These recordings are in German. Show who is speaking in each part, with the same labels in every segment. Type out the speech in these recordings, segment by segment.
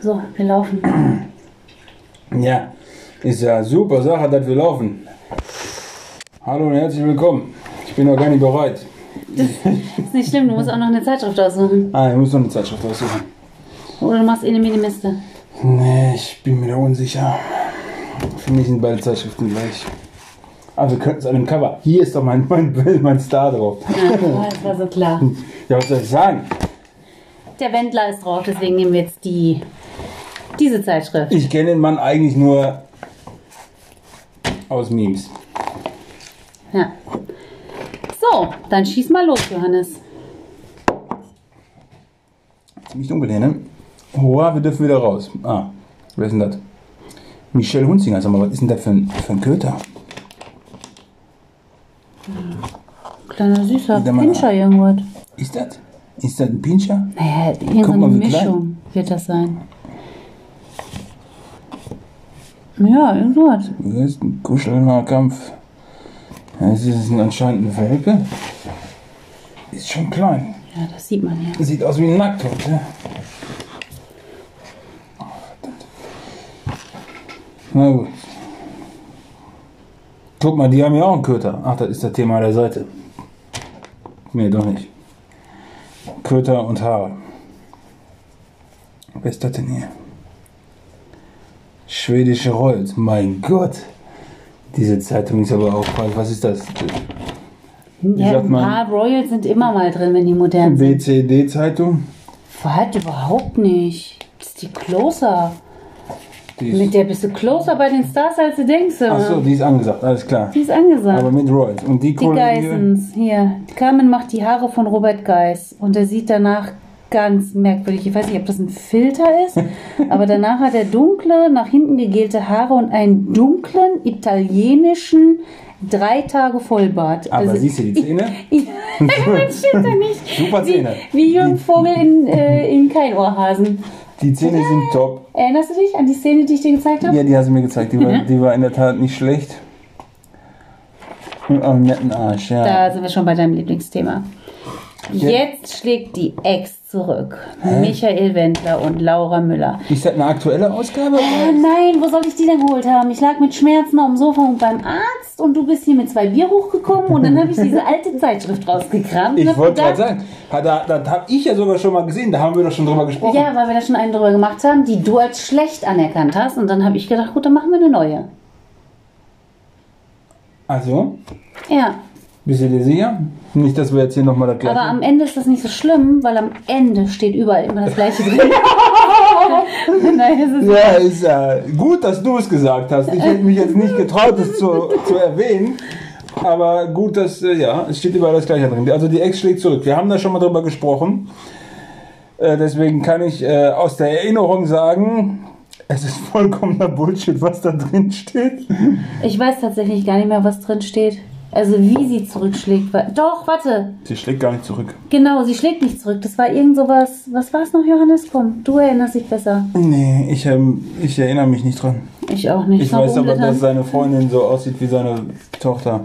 Speaker 1: So, wir laufen.
Speaker 2: Ja, ist ja super Sache, dass wir laufen. Hallo und herzlich willkommen. Ich bin noch gar nicht bereit.
Speaker 1: Ist nicht schlimm, du musst auch noch eine Zeitschrift aussuchen.
Speaker 2: Ah, ich muss noch eine Zeitschrift aussuchen.
Speaker 1: Oder du machst eh eine Minimiste.
Speaker 2: Nee, ich bin mir da unsicher. Für mich sind beide Zeitschriften gleich. Aber wir könnten es an dem Cover. Hier ist doch mein, mein, Bild, mein Star drauf.
Speaker 1: Ja, das war so klar.
Speaker 2: Ja, was soll ich sagen?
Speaker 1: Der Wendler ist drauf, deswegen nehmen wir jetzt die, diese Zeitschrift.
Speaker 2: Ich kenne den Mann eigentlich nur aus Memes.
Speaker 1: Ja. So, dann schieß mal los, Johannes.
Speaker 2: Das ist Nicht dunkel hier, ne? Hurra, wir dürfen wieder raus. Ah, wer ist denn das? Michelle Hunzinger, sag mal, was ist denn das für ein, für ein Köter?
Speaker 1: Kleiner süßer
Speaker 2: Der Mann-
Speaker 1: Pinscher irgendwas.
Speaker 2: Ist das? Ist das ein Pinscher?
Speaker 1: Naja,
Speaker 2: Guck
Speaker 1: irgendeine
Speaker 2: mal, wie
Speaker 1: Mischung wird das sein. Ja, irgendwas.
Speaker 2: Das ist ein kuschelnder Kampf. Es ist ein anscheinend ein Welpe. Ist schon klein.
Speaker 1: Ja, das sieht man hier.
Speaker 2: Sieht aus wie ein Nackthund. Ja. Na gut. Guck mal, die haben ja auch einen Köter. Ach, das ist das Thema der Seite. Nee, doch nicht. Köter und Haare. Wer ist das denn hier? Schwedische Rolls. Mein Gott. Diese Zeitung ist aber auch falsch. Was ist das?
Speaker 1: Ja,
Speaker 2: sagt
Speaker 1: ein
Speaker 2: man?
Speaker 1: paar Royals sind immer mal drin, wenn die modern sind.
Speaker 2: BCD-Zeitung?
Speaker 1: Was? Überhaupt nicht. Das ist die Closer.
Speaker 2: Die ist-
Speaker 1: Mit der bist du closer bei den Stars, als du denkst.
Speaker 2: Ach so,
Speaker 1: immer.
Speaker 2: die ist angesagt. Alles klar.
Speaker 1: Die ist angesagt.
Speaker 2: Aber mit Royals. Und die
Speaker 1: die
Speaker 2: Kollegen hier,
Speaker 1: Geissens, hier. Carmen macht die Haare von Robert Geiss und er sieht danach ganz merkwürdig. Ich weiß nicht, ob das ein Filter ist, aber danach hat er dunkle, nach hinten gegelte Haare und einen dunklen italienischen drei Tage Vollbart.
Speaker 2: Aber
Speaker 1: Also-
Speaker 2: siehst du die Zähne?
Speaker 1: Ja, das stimmt doch nicht.
Speaker 2: Super Zähne.
Speaker 1: Wie, wie Jürgen Vogel in, äh, in Keinohrhasen.
Speaker 2: Die Zähne sind top.
Speaker 1: Erinnerst du dich an die Szene, die ich dir gezeigt habe?
Speaker 2: Ja, die hast du mir gezeigt. Die war,
Speaker 1: Mhm.
Speaker 2: die war in der Tat nicht schlecht. Und auch einen netten Arsch, ja.
Speaker 1: Da sind wir schon bei deinem Lieblingsthema. Jetzt schlägt die Ex zurück. Michael Wendler und Laura Müller.
Speaker 2: Ist das eine aktuelle Ausgabe?
Speaker 1: Ah, nein, wo soll ich die denn geholt haben? Ich lag mit Schmerzen auf dem Sofa und beim Arzt und du bist hier mit zwei Bier hochgekommen und dann habe ich diese alte Zeitschrift rausgekramt. und
Speaker 2: Ich
Speaker 1: hab
Speaker 2: wollte gerade
Speaker 1: gedacht,
Speaker 2: sagen, ha, da, das habe ich ja sogar schon mal gesehen. Da haben wir doch schon drüber gesprochen.
Speaker 1: Ja, weil wir da schon einen drüber gemacht haben, die du als schlecht anerkannt hast. Und dann habe ich gedacht, gut, dann machen wir eine neue.
Speaker 2: Also,
Speaker 1: Ja,
Speaker 2: bist du dir sicher? Nicht, dass wir jetzt hier nochmal das gleiche.
Speaker 1: aber am Ende ist das nicht so schlimm, weil am Ende steht überall immer das Gleiche drin. Nein, es ist
Speaker 2: ja, ist ja gut, dass du es gesagt hast. Ich hätte mich jetzt nicht getraut, es zu, zu erwähnen. Aber gut, dass, äh, ja, es steht überall das Gleiche drin. Also die Ex schlägt zurück. Wir haben da schon mal drüber gesprochen. Äh, deswegen kann ich äh, aus der Erinnerung sagen, es ist vollkommener Bullshit, was da drin steht.
Speaker 1: Ich weiß tatsächlich gar nicht mehr, was drin steht. Also wie sie zurückschlägt. wa- Doch, warte.
Speaker 2: Sie schlägt gar nicht zurück.
Speaker 1: Genau, sie schlägt nicht zurück. Das war irgend sowas. Was war es noch, Johannes? Komm, du erinnerst dich besser.
Speaker 2: Nee, ich, ähm, ich erinnere mich nicht dran.
Speaker 1: Ich auch nicht.
Speaker 2: Ich
Speaker 1: Mal
Speaker 2: weiß aber,
Speaker 1: rumblättern.
Speaker 2: dass seine Freundin so aussieht wie seine Tochter.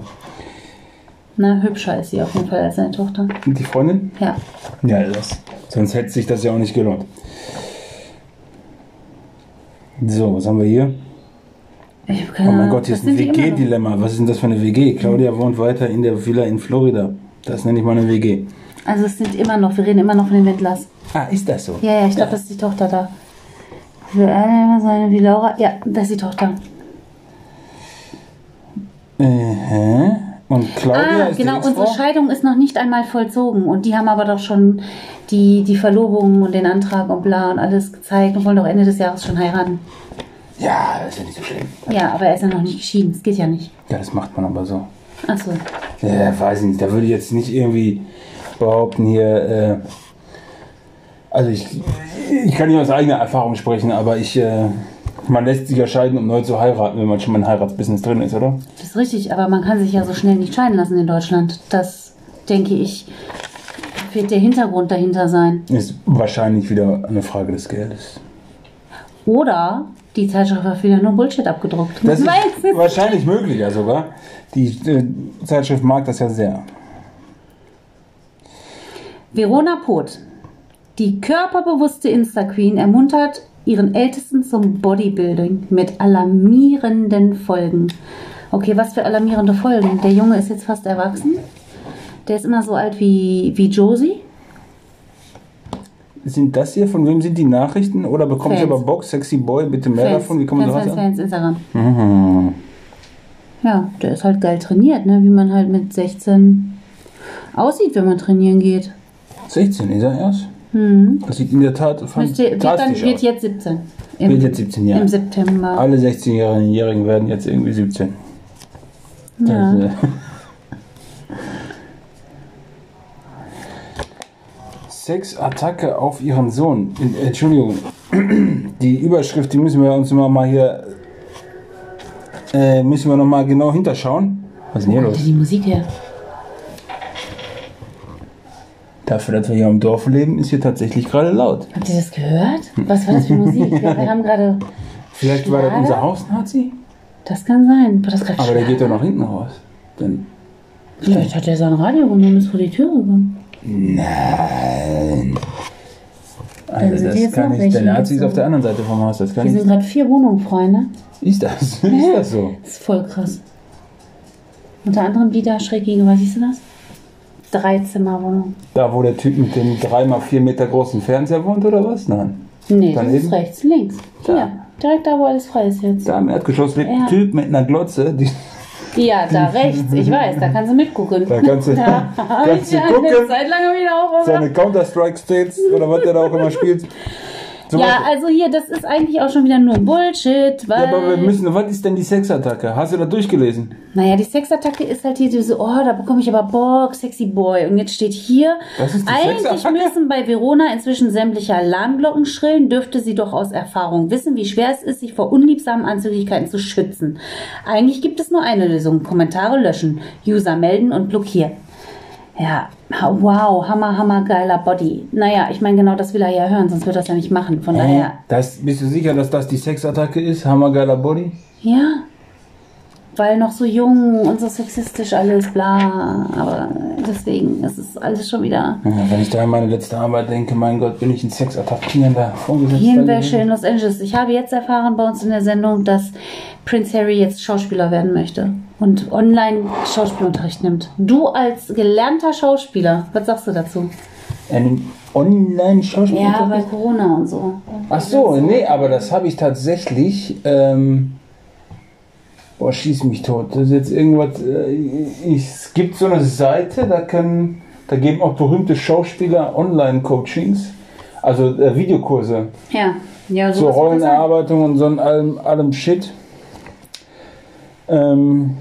Speaker 1: Na, hübscher ist sie auf jeden Fall als seine Tochter.
Speaker 2: Die Freundin?
Speaker 1: Ja.
Speaker 2: Ja, das. Sonst hätte sich das ja auch nicht gelohnt. So, was haben wir hier?
Speaker 1: Ich hab
Speaker 2: Oh
Speaker 1: keine
Speaker 2: mein
Speaker 1: Ahnung.
Speaker 2: Gott, hier
Speaker 1: Das
Speaker 2: ist ein
Speaker 1: Äh, sind die immer noch.
Speaker 2: WG-Dilemma. Was ist denn das für eine WG? Claudia wohnt weiter in der Villa in Florida. Das nenne ich mal eine WG.
Speaker 1: Also es sind immer noch, wir reden immer noch von den Wendlers.
Speaker 2: Ah, ist das so?
Speaker 1: Ja, ja, ich glaube, das ist die Tochter da. Wir alle immer seine wie Laura. Ja, das ist die Tochter.
Speaker 2: Äh, hä? Und Claudia
Speaker 1: ah,
Speaker 2: ist
Speaker 1: genau,
Speaker 2: die
Speaker 1: unsere
Speaker 2: Ex-Frau?
Speaker 1: Scheidung ist noch nicht einmal vollzogen. Und die haben aber doch schon die, die Verlobung und den Antrag und bla und alles gezeigt und wollen doch Ende des Jahres schon heiraten.
Speaker 2: Ja, das ist ja nicht so schlimm.
Speaker 1: Ja, aber er ist ja noch nicht geschieden. Das geht ja nicht.
Speaker 2: Ja, das macht man aber so.
Speaker 1: Achso.
Speaker 2: Ja, weiß nicht, da würde ich jetzt nicht irgendwie behaupten hier, äh, also ich, ich kann nicht aus eigener Erfahrung sprechen, aber ich, äh, man lässt sich ja scheiden, um neu zu heiraten, wenn man schon mal im Heiratsbusiness drin ist, oder?
Speaker 1: Das ist richtig, aber man kann sich ja so schnell nicht scheiden lassen in Deutschland. Das, denke ich, wird der Hintergrund dahinter sein.
Speaker 2: Ist wahrscheinlich wieder eine Frage des Geldes.
Speaker 1: Oder die Zeitschrift hat wieder nur Bullshit abgedruckt.
Speaker 2: Das ist
Speaker 1: Man weiß es
Speaker 2: wahrscheinlich möglicher sogar. Die äh, Zeitschrift mag das ja sehr.
Speaker 1: Verona Poth. Die körperbewusste Insta-Queen ermuntert ihren Ältesten zum Bodybuilding mit alarmierenden Folgen. Okay, was für alarmierende Folgen. Der Junge ist jetzt fast erwachsen. Der ist immer so alt wie, wie Josie.
Speaker 2: Sind das hier, von wem sind die Nachrichten? Oder bekomme ich
Speaker 1: Fans.
Speaker 2: aber Box, Sexy Boy, bitte mehr davon? Wie kommt
Speaker 1: Fans,
Speaker 2: man
Speaker 1: Fans,
Speaker 2: sowas an?
Speaker 1: Fans, Instagram.
Speaker 2: Mhm.
Speaker 1: Ja, der ist halt geil trainiert, ne? wie man halt mit 16 aussieht, wenn man trainieren geht.
Speaker 2: 16 ist er erst.
Speaker 1: Hm.
Speaker 2: Das sieht in der Tat fantastisch
Speaker 1: Müsste, wird, dann,
Speaker 2: aus.
Speaker 1: wird jetzt 17. Im,
Speaker 2: Wird jetzt 17 Jahre.
Speaker 1: Im September.
Speaker 2: Alle 16-Jährigen werden jetzt irgendwie 17.
Speaker 1: Ja.
Speaker 2: Das, äh, Sexattacke auf ihren Sohn. In- Entschuldigung. Die Überschrift, die müssen wir uns immer mal hier. Äh, müssen wir nochmal genau hinterschauen. Was ist denn hier
Speaker 1: Alter,
Speaker 2: los?
Speaker 1: die Musik her.
Speaker 2: Dafür, dass wir hier im Dorf leben, ist hier tatsächlich gerade laut.
Speaker 1: Habt ihr das gehört? Was war das für Musik? Ja, wir haben gerade.
Speaker 2: Vielleicht war das
Speaker 1: Schlager?
Speaker 2: unser Hausnazi?
Speaker 1: Das kann sein. War das gerade
Speaker 2: Aber der
Speaker 1: Schlager?
Speaker 2: geht doch nach hinten raus. Dann
Speaker 1: Vielleicht hat er sein Radio genommen und ist vor die Tür gegangen.
Speaker 2: Nein.
Speaker 1: sind
Speaker 2: Also
Speaker 1: die
Speaker 2: das
Speaker 1: jetzt
Speaker 2: kann
Speaker 1: noch
Speaker 2: ich. Der
Speaker 1: welche
Speaker 2: Nazi ist
Speaker 1: jetzt?
Speaker 2: auf der anderen Seite vom Haus. Das kann
Speaker 1: Hier sind
Speaker 2: ich.
Speaker 1: gerade vier Wohnungen frei, ne?
Speaker 2: Ist das?
Speaker 1: Ja.
Speaker 2: Ist das so?
Speaker 1: Das ist voll krass. Unter anderem die da schräg gegenüber, siehst du das? Dreizimmerwohnung.
Speaker 2: Da wo der Typ mit dem 3x4 Meter großen Fernseher wohnt oder was? Nein.
Speaker 1: Nee, das
Speaker 2: Daneben?
Speaker 1: ist rechts, links.
Speaker 2: Da.
Speaker 1: Hier, direkt da, wo alles frei ist jetzt.
Speaker 2: Da im Erdgeschoss lebt ein
Speaker 1: Ja.
Speaker 2: Typ mit einer Glotze. Die,
Speaker 1: Ja, da rechts, ich weiß, da kannst du mitgucken.
Speaker 2: da kannst du, kannst du
Speaker 1: ja eine
Speaker 2: gucken.
Speaker 1: Zeit lang wieder auch. gemacht.
Speaker 2: Seine Counter-Strike-States oder was der da auch immer spielt. So
Speaker 1: Ja,
Speaker 2: was-
Speaker 1: also hier, das ist eigentlich auch schon wieder nur Bullshit, weil.
Speaker 2: ja, aber wir müssen, was ist denn die Sexattacke? Hast du das durchgelesen?
Speaker 1: Naja, die Sexattacke ist halt hier diese, oh, da bekomme ich aber Bock, sexy boy. Und jetzt steht hier,
Speaker 2: Das ist die
Speaker 1: eigentlich
Speaker 2: Sexattacke?
Speaker 1: müssen bei Verona inzwischen sämtliche Alarmglocken schrillen, dürfte sie doch aus Erfahrung wissen, wie schwer es ist, sich vor unliebsamen Anzüglichkeiten zu schützen. Eigentlich gibt es nur eine Lösung, Kommentare löschen, User melden und blockieren. Ja, ha- wow, hammer, hammer, geiler Body. Naja, ich meine, genau das will er ja hören, sonst würde er das ja nicht machen.
Speaker 2: Äh,
Speaker 1: Von daher,
Speaker 2: Das, bist du sicher, dass das die Sexattacke ist? Hammergeiler Body?
Speaker 1: Ja. Weil noch so jung und so sexistisch alles, bla. Aber deswegen ist es alles schon wieder.
Speaker 2: Ja, wenn ich da an meine letzte Arbeit denke, mein Gott, bin ich ein sexattackierender Vorgesetzter.
Speaker 1: Hirnwäsche
Speaker 2: gewesen?
Speaker 1: in Los Angeles. Ich habe jetzt erfahren bei uns in der Sendung, dass Prince Harry jetzt Schauspieler werden möchte und online Schauspielunterricht nimmt. Du als gelernter Schauspieler, was sagst du dazu?
Speaker 2: Einen Online-Schauspiel?
Speaker 1: Ja, bei Corona und so.
Speaker 2: Ach so, nee, aber das habe ich tatsächlich. Ähm, boah, schieß mich tot. Das ist jetzt irgendwas. Äh, ich, es gibt so eine Seite, da können, da geben auch berühmte Schauspieler Online-Coachings, also äh, Videokurse
Speaker 1: Ja, ja, sowas
Speaker 2: zur
Speaker 1: wird das sein.
Speaker 2: Rollenerarbeitung und so an allem, allem Shit. Ähm,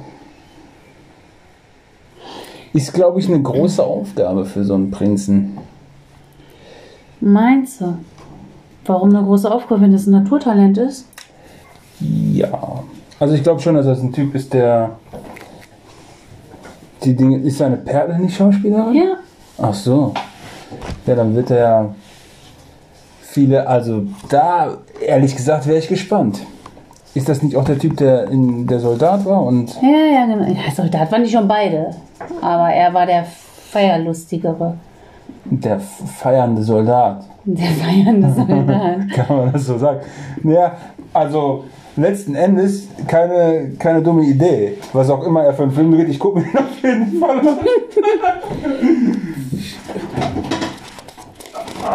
Speaker 2: ist, glaube ich, eine große Aufgabe für so einen Prinzen.
Speaker 1: Meinst du? Warum eine große Aufgabe, wenn das ein Naturtalent ist?
Speaker 2: Ja. Also ich glaube schon, dass das ein Typ ist, der die Dinge. Ist seine Perle nicht Schauspielerin?
Speaker 1: Ja,
Speaker 2: Ach so. Ja, dann wird er ja viele. Also da, ehrlich gesagt, wäre ich gespannt. Ist das nicht auch der Typ, der in der Soldat war und
Speaker 1: Ja, ja, genau. Ja, Soldat waren die schon beide. Aber er war der feierlustigere.
Speaker 2: der feiernde Soldat?
Speaker 1: Der feiernde Soldat.
Speaker 2: Kann man das so sagen? Naja, also letzten Endes keine, keine dumme Idee. Was auch immer er für einen Film dreht, ich gucke mir den auf jeden Fall an.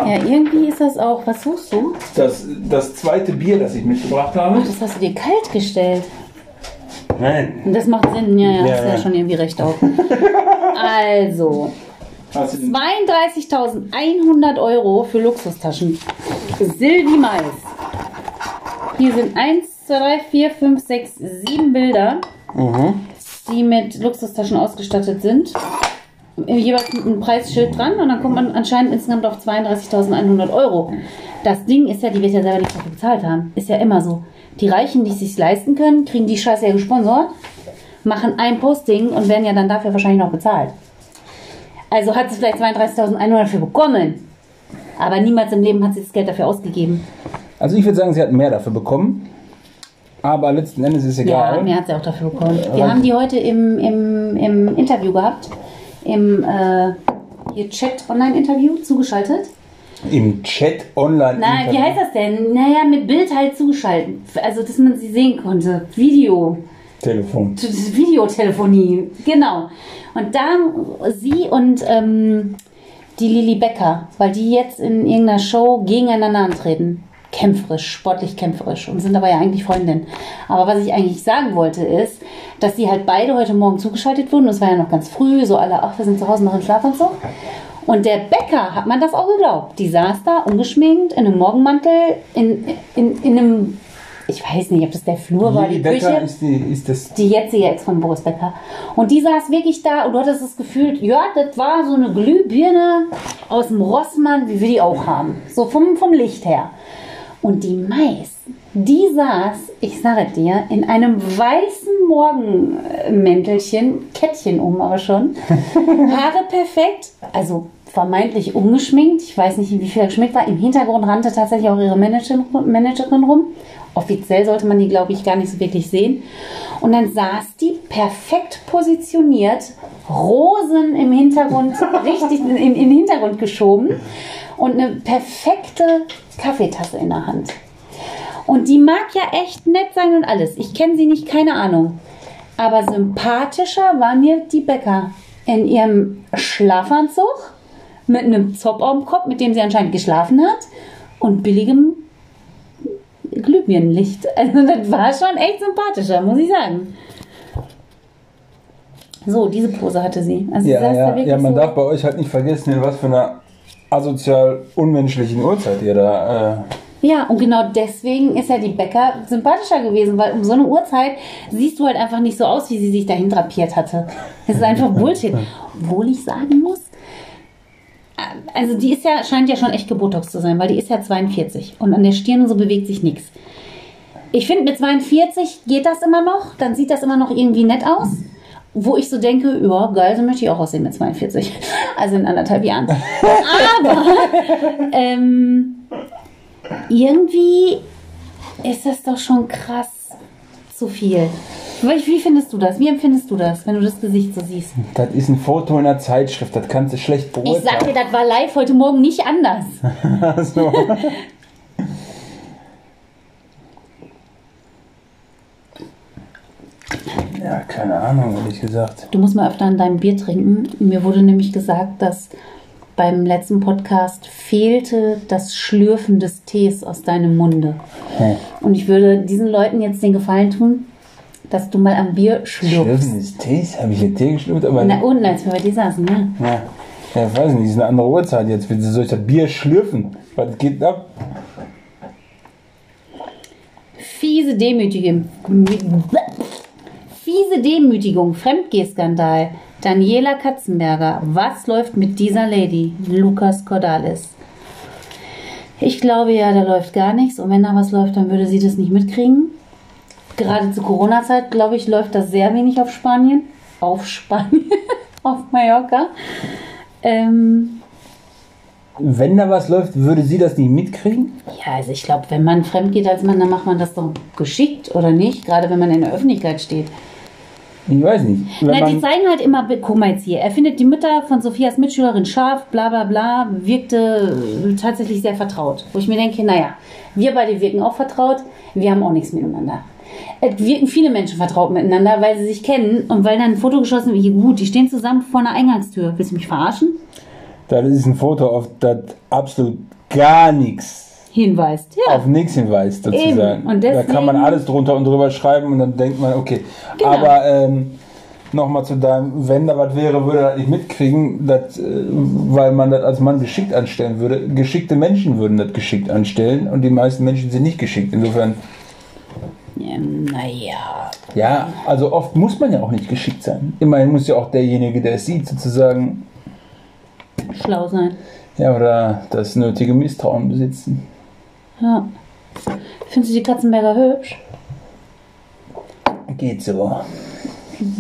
Speaker 1: ja, irgendwie ist das auch. Was suchst du?
Speaker 2: Das, das zweite Bier, das ich mitgebracht habe.
Speaker 1: Das hast du dir kalt gestellt.
Speaker 2: Nein.
Speaker 1: Und das macht Sinn. Ja, ja,
Speaker 2: Ja,
Speaker 1: hast ja,
Speaker 2: ja.
Speaker 1: ja schon irgendwie recht auf. Also,
Speaker 2: Hast du den-
Speaker 1: 32.100 Euro für Luxustaschen. Silvi Mais. Hier sind 1, 2, 3, 4, 5, 6, 7 Bilder, die mit Luxustaschen ausgestattet sind. Jeweils mit einem Preisschild dran und dann kommt man anscheinend insgesamt auf 32.100 Euro. Das Ding ist ja, die wird ja selber nicht dafür bezahlt haben. Ist ja immer so. Die Reichen, die es sich leisten können, kriegen die Scheiße ja gesponsert, machen ein Posting und werden ja dann dafür wahrscheinlich noch bezahlt. Also hat sie vielleicht 32.100 für bekommen. Aber niemals im Leben hat sie das Geld dafür ausgegeben.
Speaker 2: Also ich würde sagen, sie hat mehr dafür bekommen. Aber letzten Endes ist
Speaker 1: Ja,
Speaker 2: egal.
Speaker 1: mehr hat sie auch dafür bekommen. Wir
Speaker 2: Ja.
Speaker 1: haben die heute im, im, im Interview gehabt. Im äh, hier Chat-Online-Interview zugeschaltet.
Speaker 2: Im Chat online.
Speaker 1: Na, wie heißt das denn? Naja, mit Bild halt zuschalten. Also, dass man sie sehen konnte. Video.
Speaker 2: das? Telefon.
Speaker 1: T- t- Videotelefonie. Genau. Und da sie und ähm, die Lili Becker, weil die jetzt in irgendeiner Show gegeneinander antreten. Kämpferisch, sportlich kämpferisch und sind aber ja eigentlich Freundinnen. Aber was ich eigentlich sagen wollte ist, dass die halt beide heute Morgen zugeschaltet wurden. Es war ja noch ganz früh, so alle, ach, wir sind zu Hause noch im Schlafanzug. Und der Bäcker hat man das auch geglaubt. Die saß da ungeschminkt in einem Morgenmantel, in, in, in einem, ich weiß nicht, ob das der Flur war,
Speaker 2: Lili
Speaker 1: die
Speaker 2: Becker
Speaker 1: Küche
Speaker 2: ist, die, ist das.
Speaker 1: die jetzige Ex von Boris Becker. Und die saß wirklich da und du hattest das Gefühl, ja, das war so eine Glühbirne aus dem Rossmann, wie wir die auch haben. So vom, vom Licht her. Und die Mais, die saß, ich sage dir, in einem weißen Morgenmäntelchen, Kettchen um aber schon, Haare perfekt, also vermeintlich ungeschminkt, ich weiß nicht, wie viel er geschminkt war. Im Hintergrund rannte tatsächlich auch ihre Managerin, Managerin rum. Offiziell sollte man die, glaube ich, gar nicht so wirklich sehen. Und dann saß die perfekt positioniert, Rosen im Hintergrund, richtig in, in den Hintergrund geschoben und eine perfekte Kaffeetasse in der Hand. Und die mag ja echt nett sein und alles. Ich kenne sie nicht, keine Ahnung. Aber sympathischer war mir die Bäcker in ihrem Schlafanzug mit einem Zopf auf dem Kopf, mit dem sie anscheinend geschlafen hat und billigem Glühbirnenlicht. Also das war schon echt sympathischer, muss ich sagen. So, diese Pose hatte sie. Also sie
Speaker 2: Ja,
Speaker 1: saß da
Speaker 2: ja,
Speaker 1: wirklich
Speaker 2: ja, man
Speaker 1: so.
Speaker 2: darf bei euch halt nicht vergessen, in was für einer asozial unmenschlichen Uhrzeit ihr da. äh,
Speaker 1: Ja, und genau deswegen ist ja die Bäcker sympathischer gewesen, weil um so eine Uhrzeit siehst du halt einfach nicht so aus, wie sie sich dahin drapiert hatte. Das ist einfach Bullshit. Obwohl ich sagen muss, äh, also die ist ja, scheint ja schon echt gebotox zu sein, weil die ist ja 42 und an der Stirn und so bewegt sich nichts. Ich finde, mit 42 geht das immer noch, dann sieht das immer noch irgendwie nett aus. Wo ich so denke, ja, geil, so möchte ich auch aussehen mit 42. Also in anderthalb Jahren. Aber ähm, irgendwie ist das doch schon krass zu viel. Wie, wie findest du das? Wie empfindest du das, wenn du das Gesicht so siehst?
Speaker 2: Äh, das ist ein Foto in einer Zeitschrift, das kannst du schlecht
Speaker 1: Ich sag dir,
Speaker 2: beurteilen.
Speaker 1: das war live heute Morgen nicht anders.
Speaker 2: so. ja, keine Ahnung, ehrlich gesagt.
Speaker 1: Du musst mal öfter an deinem Bier trinken. Mir wurde nämlich gesagt, dass beim letzten Podcast fehlte das Schlürfen des Tees aus deinem Munde.
Speaker 2: Hm.
Speaker 1: Und ich würde diesen Leuten jetzt den Gefallen tun, dass du mal am Bier schlürfst.
Speaker 2: Schlürfen des Tees? Habe ich hier Tee geschlürft? Aber
Speaker 1: Na und, als wir bei dir saßen, ne?
Speaker 2: Ja, ja, ich weiß nicht, ist eine andere Uhrzeit jetzt. Wie soll ich das Bier schlürfen? Was geht ab?
Speaker 1: Fiese Demütigung. Fiese Demütigung, Fremdgehskandal. Daniela Katzenberger. Was läuft mit dieser Lady? Lukas Cordalis. Ich glaube ja, da läuft gar nichts. Und wenn da was läuft, dann würde sie das nicht mitkriegen. Gerade zur Corona-Zeit, glaube ich, läuft das sehr wenig auf Spanien. Auf Spanien. auf Mallorca. Ähm,
Speaker 2: Wenn da was läuft, würde sie das nicht mitkriegen?
Speaker 1: Ja, also ich glaube, wenn man fremd geht als Mann, dann macht man das doch geschickt oder nicht, gerade wenn man in der Öffentlichkeit steht.
Speaker 2: Ich weiß nicht. Wenn
Speaker 1: Na, die
Speaker 2: man,
Speaker 1: zeigen halt immer, guck mal jetzt hier, er findet die Mütter von Sophias Mitschülerin scharf, bla bla bla, wirkte äh, tatsächlich sehr vertraut. Wo ich mir denke, naja, wir beide wirken auch vertraut, wir haben auch nichts miteinander. Es wirken viele Menschen vertraut miteinander, weil sie sich kennen und weil dann ein Foto geschossen wird, gut, die stehen zusammen vor einer Eingangstür. Willst du mich verarschen?
Speaker 2: das ist ein Foto, auf das absolut gar nichts,
Speaker 1: Hinweist. Ja.
Speaker 2: auf nichts hinweist,
Speaker 1: Eben.
Speaker 2: sozusagen.
Speaker 1: Und
Speaker 2: da kann man
Speaker 1: deswegen-
Speaker 2: alles drunter und drüber schreiben und dann denkt man, okay.
Speaker 1: Genau.
Speaker 2: Aber ähm, nochmal zu deinem, wenn da was wäre, würde er das nicht mitkriegen, das, äh, weil man das als Mann geschickt anstellen würde. Geschickte Menschen würden das geschickt anstellen und die meisten Menschen sind nicht geschickt. Insofern.
Speaker 1: Ähm, naja.
Speaker 2: Ja, also oft muss man ja auch nicht geschickt sein. Immerhin muss ja auch derjenige, der es sieht, sozusagen,
Speaker 1: Schlau sein.
Speaker 2: ja, oder das nötige Misstrauen besitzen.
Speaker 1: Ja. Findest du die Katzenberger hübsch?
Speaker 2: Geht so.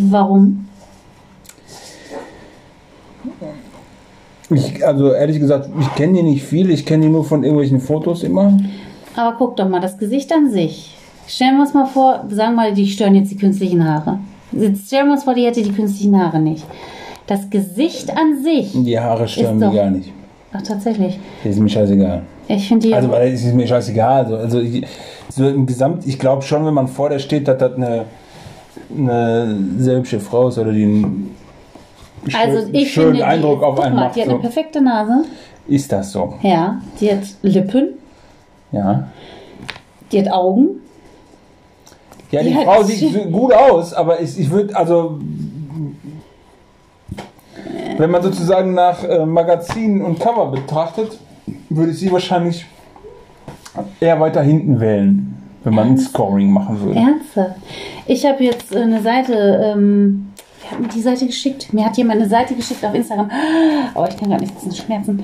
Speaker 1: Warum?
Speaker 2: Ich, also ehrlich gesagt, ich kenne die nicht viel, ich kenne die nur von irgendwelchen Fotos immer.
Speaker 1: Aber guck doch mal, das Gesicht an sich. Stellen wir uns mal vor, sagen wir mal, die stören jetzt die künstlichen Haare. Jetzt stellen wir uns vor, die hätte die künstlichen Haare nicht. Das Gesicht an sich.
Speaker 2: Die Haare stören
Speaker 1: Ist
Speaker 2: mir
Speaker 1: doch-
Speaker 2: gar nicht.
Speaker 1: Ach, tatsächlich.
Speaker 2: Ist mir scheißegal.
Speaker 1: Ich finde die.
Speaker 2: Also, weil es ist mir scheißegal. Also, also ich, so im Gesamt, ich glaube schon, wenn man vor der steht, dass das eine, eine sehr hübsche Frau ist oder die einen schön,
Speaker 1: also ich
Speaker 2: schönen
Speaker 1: finde die,
Speaker 2: Eindruck auf
Speaker 1: guck
Speaker 2: einen
Speaker 1: mal,
Speaker 2: macht.
Speaker 1: Die hat eine
Speaker 2: So.
Speaker 1: perfekte Nase.
Speaker 2: Ist das so?
Speaker 1: Ja. Die hat Lippen.
Speaker 2: Ja.
Speaker 1: Die hat Augen.
Speaker 2: Ja, die
Speaker 1: Ja,
Speaker 2: Frau
Speaker 1: das
Speaker 2: sieht
Speaker 1: stimmt.
Speaker 2: gut aus, aber ich, ich würde, also. Wenn man sozusagen nach äh, Magazin und Cover betrachtet, würde ich sie wahrscheinlich eher weiter hinten wählen, wenn man ein Scoring machen würde.
Speaker 1: Ernsthaft. Ich habe jetzt äh, eine Seite. Ähm, wer hat mir die Seite geschickt? Mir hat jemand eine Seite geschickt auf Instagram. Oh, ich kann gar nicht, das sind Schmerzen.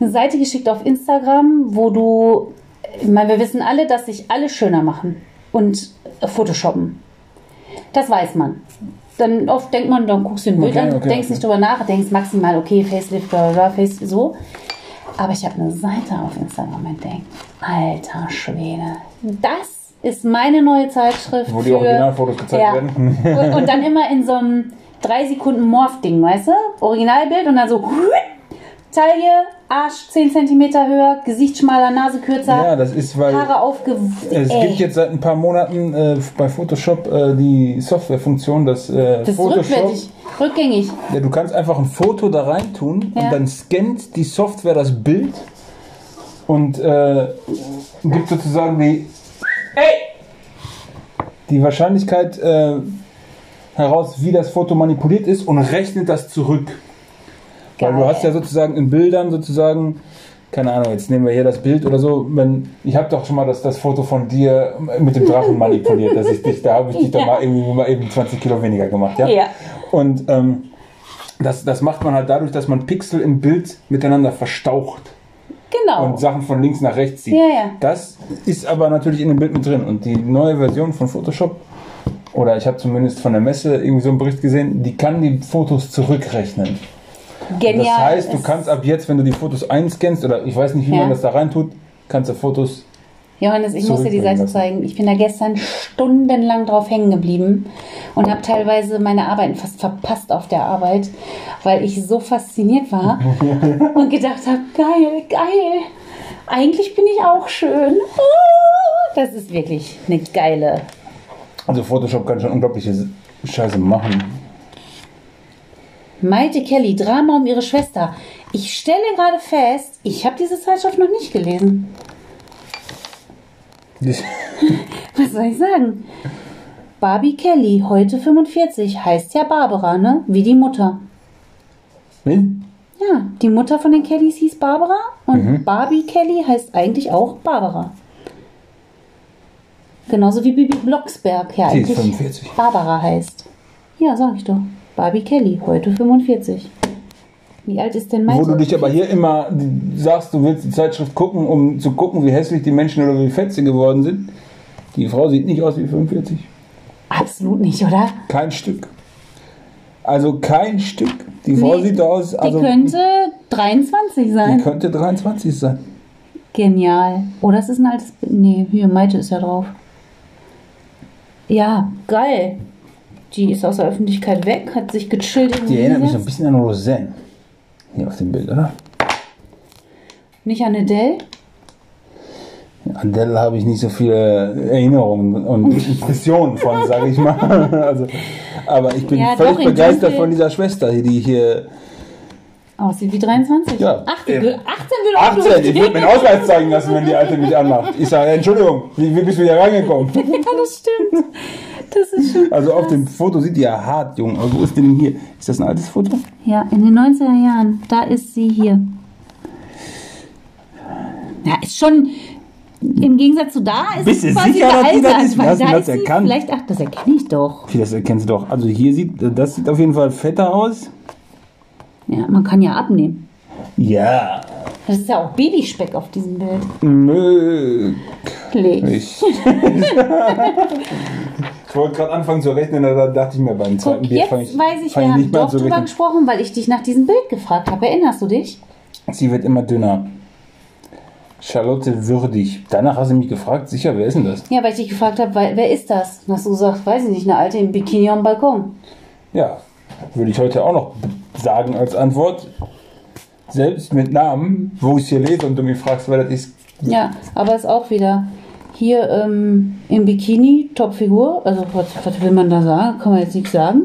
Speaker 1: Eine Seite geschickt auf Instagram, wo du. Ich meine, wir wissen alle, dass sich alle schöner machen und äh, Photoshoppen. Das weiß man. Dann oft denkt man, dann guckst du ein Bild
Speaker 2: Okay,
Speaker 1: an,
Speaker 2: okay,
Speaker 1: denkst
Speaker 2: okay.
Speaker 1: nicht drüber nach, denkst maximal, okay, Facelift, bla, bla, bla, Face, so. Aber ich habe eine Seite auf Instagram entdeckt. Alter Schwede. Das ist meine neue Zeitschrift.
Speaker 2: Wo die
Speaker 1: für-
Speaker 2: Originalfotos gezeigt
Speaker 1: ja.
Speaker 2: werden.
Speaker 1: und, und dann immer in so einem 3 Sekunden Morph-Ding, weißt du? Originalbild und dann so. Taille, Arsch 10 cm höher, Gesicht schmaler, Nase kürzer,
Speaker 2: Ja, das ist, weil
Speaker 1: Haare aufgewuchst.
Speaker 2: es
Speaker 1: Ey.
Speaker 2: gibt jetzt seit ein paar Monaten äh, bei Photoshop äh, die Softwarefunktion, dass äh,
Speaker 1: das ist
Speaker 2: Photoshop.
Speaker 1: rückwärtig, rückgängig.
Speaker 2: Ja, du kannst einfach ein Foto da rein tun
Speaker 1: Ja.
Speaker 2: und dann scannt die Software das Bild und äh, gibt sozusagen die, die Wahrscheinlichkeit äh, heraus, wie das Foto manipuliert ist und rechnet das zurück. Weil du
Speaker 1: Geil.
Speaker 2: hast ja sozusagen in Bildern sozusagen, keine Ahnung, jetzt nehmen wir hier das Bild oder so, wenn, ich habe doch schon mal das, das Foto von dir mit dem Drachen manipuliert, dass ich dich, da habe ich dich doch
Speaker 1: Ja.
Speaker 2: mal irgendwie mal eben 20 Kilo weniger gemacht, ja?
Speaker 1: Ja.
Speaker 2: Und ähm, das, das macht man halt dadurch, dass man Pixel im Bild miteinander verstaucht
Speaker 1: Genau.
Speaker 2: und Sachen von links nach rechts sieht.
Speaker 1: Ja, ja.
Speaker 2: Das ist aber natürlich in dem Bild mit drin. Und die neue Version von Photoshop, oder ich habe zumindest von der Messe irgendwie so einen Bericht gesehen, die kann die Fotos zurückrechnen.
Speaker 1: Genial.
Speaker 2: das heißt, du
Speaker 1: Es-
Speaker 2: kannst ab jetzt, wenn du die Fotos einscannst, oder ich weiß nicht, wie
Speaker 1: Ja.
Speaker 2: man das da reintut, kannst du Fotos.
Speaker 1: Johannes, ich muss dir die
Speaker 2: zurückbringen
Speaker 1: Seite
Speaker 2: lassen.
Speaker 1: zeigen. Ich bin da gestern stundenlang drauf hängen geblieben und habe teilweise meine Arbeiten fast verpasst auf der Arbeit, weil ich so fasziniert war und gedacht habe, geil, geil. Eigentlich bin ich auch schön. Ah, Das ist wirklich eine geile.
Speaker 2: Also Photoshop kann schon unglaubliche Scheiße machen.
Speaker 1: Maite Kelly, Drama um ihre Schwester. Ich stelle gerade fest, ich habe diese Zeitschrift noch nicht gelesen.
Speaker 2: Das-
Speaker 1: Was soll ich sagen? Barbie Kelly, heute 45, heißt ja Barbara, ne? Wie die Mutter.
Speaker 2: Wen?
Speaker 1: Ja, die Mutter von den Kellys hieß Barbara und
Speaker 2: Mhm.
Speaker 1: Barbie Kelly heißt eigentlich auch Barbara. Genauso wie Bibi Blocksberg ja
Speaker 2: Sie ist
Speaker 1: eigentlich
Speaker 2: 45.
Speaker 1: Barbara heißt. Ja, sag ich doch. Barbie Kelly, heute 45. Wie alt ist denn
Speaker 2: Wo du
Speaker 1: Maite?
Speaker 2: dich aber hier immer sagst, du willst die Zeitschrift gucken, um zu gucken, wie hässlich die Menschen oder wie fett sie geworden sind. Die Frau sieht nicht aus wie 45.
Speaker 1: Absolut nicht, oder?
Speaker 2: Kein Stück. Also kein Stück. Die Frau
Speaker 1: Nee,
Speaker 2: sieht aus, also
Speaker 1: die könnte 23
Speaker 2: die
Speaker 1: sein.
Speaker 2: könnte 23 sein.
Speaker 1: Genial. Oder es ist ein altes Bild. Nee, hier, Maite ist ja drauf. Ja, geil. Die ist aus der Öffentlichkeit weg, hat sich gechillt. irgendwo
Speaker 2: Die erinnert mich so ein
Speaker 1: hingesetzt.
Speaker 2: bisschen an Roseanne. Hier auf dem Bild, oder?
Speaker 1: Nicht an Adele?
Speaker 2: An Dell habe ich nicht so viele Erinnerungen und Impressionen von, sage ich mal. Also, aber ich bin
Speaker 1: Ja,
Speaker 2: völlig
Speaker 1: doch, in
Speaker 2: begeistert
Speaker 1: Disney-
Speaker 2: von dieser Schwester, hier, die hier
Speaker 1: Aussieht Oh, wie 23.
Speaker 2: Ja,
Speaker 1: 18,
Speaker 2: eben.
Speaker 1: will- 18 will auch
Speaker 2: 18, ich
Speaker 1: durchgehen.
Speaker 2: würde meinen Ausweis zeigen lassen, wenn die Alte mich anmacht. Ich sage, Entschuldigung, wie, wie bist du hier reingekommen?
Speaker 1: Ja, das stimmt. Das ist schon.
Speaker 2: Also auf dem Foto sieht die ja hart jung aus. Wo ist denn hier? Ist das ein altes Foto?
Speaker 1: Ja, in den 90er Jahren, da ist sie hier. Ja, ist schon. Im Gegensatz zu da ist
Speaker 2: Bist
Speaker 1: es
Speaker 2: du
Speaker 1: quasi
Speaker 2: sicher, dass die das
Speaker 1: gealtert,
Speaker 2: ist?
Speaker 1: weil
Speaker 2: Hast du
Speaker 1: da
Speaker 2: das
Speaker 1: ist sie
Speaker 2: erkannt?
Speaker 1: Vielleicht, ach, das erkenne ich doch.
Speaker 2: Okay, das erkennst du doch. Also hier sieht, das sieht auf jeden Fall fetter aus.
Speaker 1: Ja, man kann ja abnehmen.
Speaker 2: Ja,
Speaker 1: Das ist ja auch Babyspeck auf diesem Bild.
Speaker 2: möglich. Ich wollte gerade anfangen zu rechnen, da dachte ich mir beim zweiten
Speaker 1: Guck,
Speaker 2: Bier
Speaker 1: jetzt
Speaker 2: fange ich,
Speaker 1: weiß ich,
Speaker 2: fang
Speaker 1: wir
Speaker 2: ich
Speaker 1: haben
Speaker 2: nicht mehr an
Speaker 1: doch
Speaker 2: zu
Speaker 1: drüber
Speaker 2: rechnen.
Speaker 1: gesprochen, weil ich dich nach diesem Bild gefragt habe. Erinnerst du dich?
Speaker 2: Sie wird immer dünner. Charlotte würdig. Danach hast du mich gefragt, sicher, wer ist denn das?
Speaker 1: Ja, weil ich dich gefragt habe, weil, wer ist das? Und hast du gesagt, weiß ich nicht, eine alte im Bikini am Balkon.
Speaker 2: Ja, würde ich heute auch noch sagen als Antwort. selbst mit Namen, wo ich es hier lese und du mich fragst, weil das ist.
Speaker 1: Ja, aber ist auch wieder hier ähm, im Bikini, Topfigur. Also, was, was will man da sagen? Kann man jetzt nichts sagen.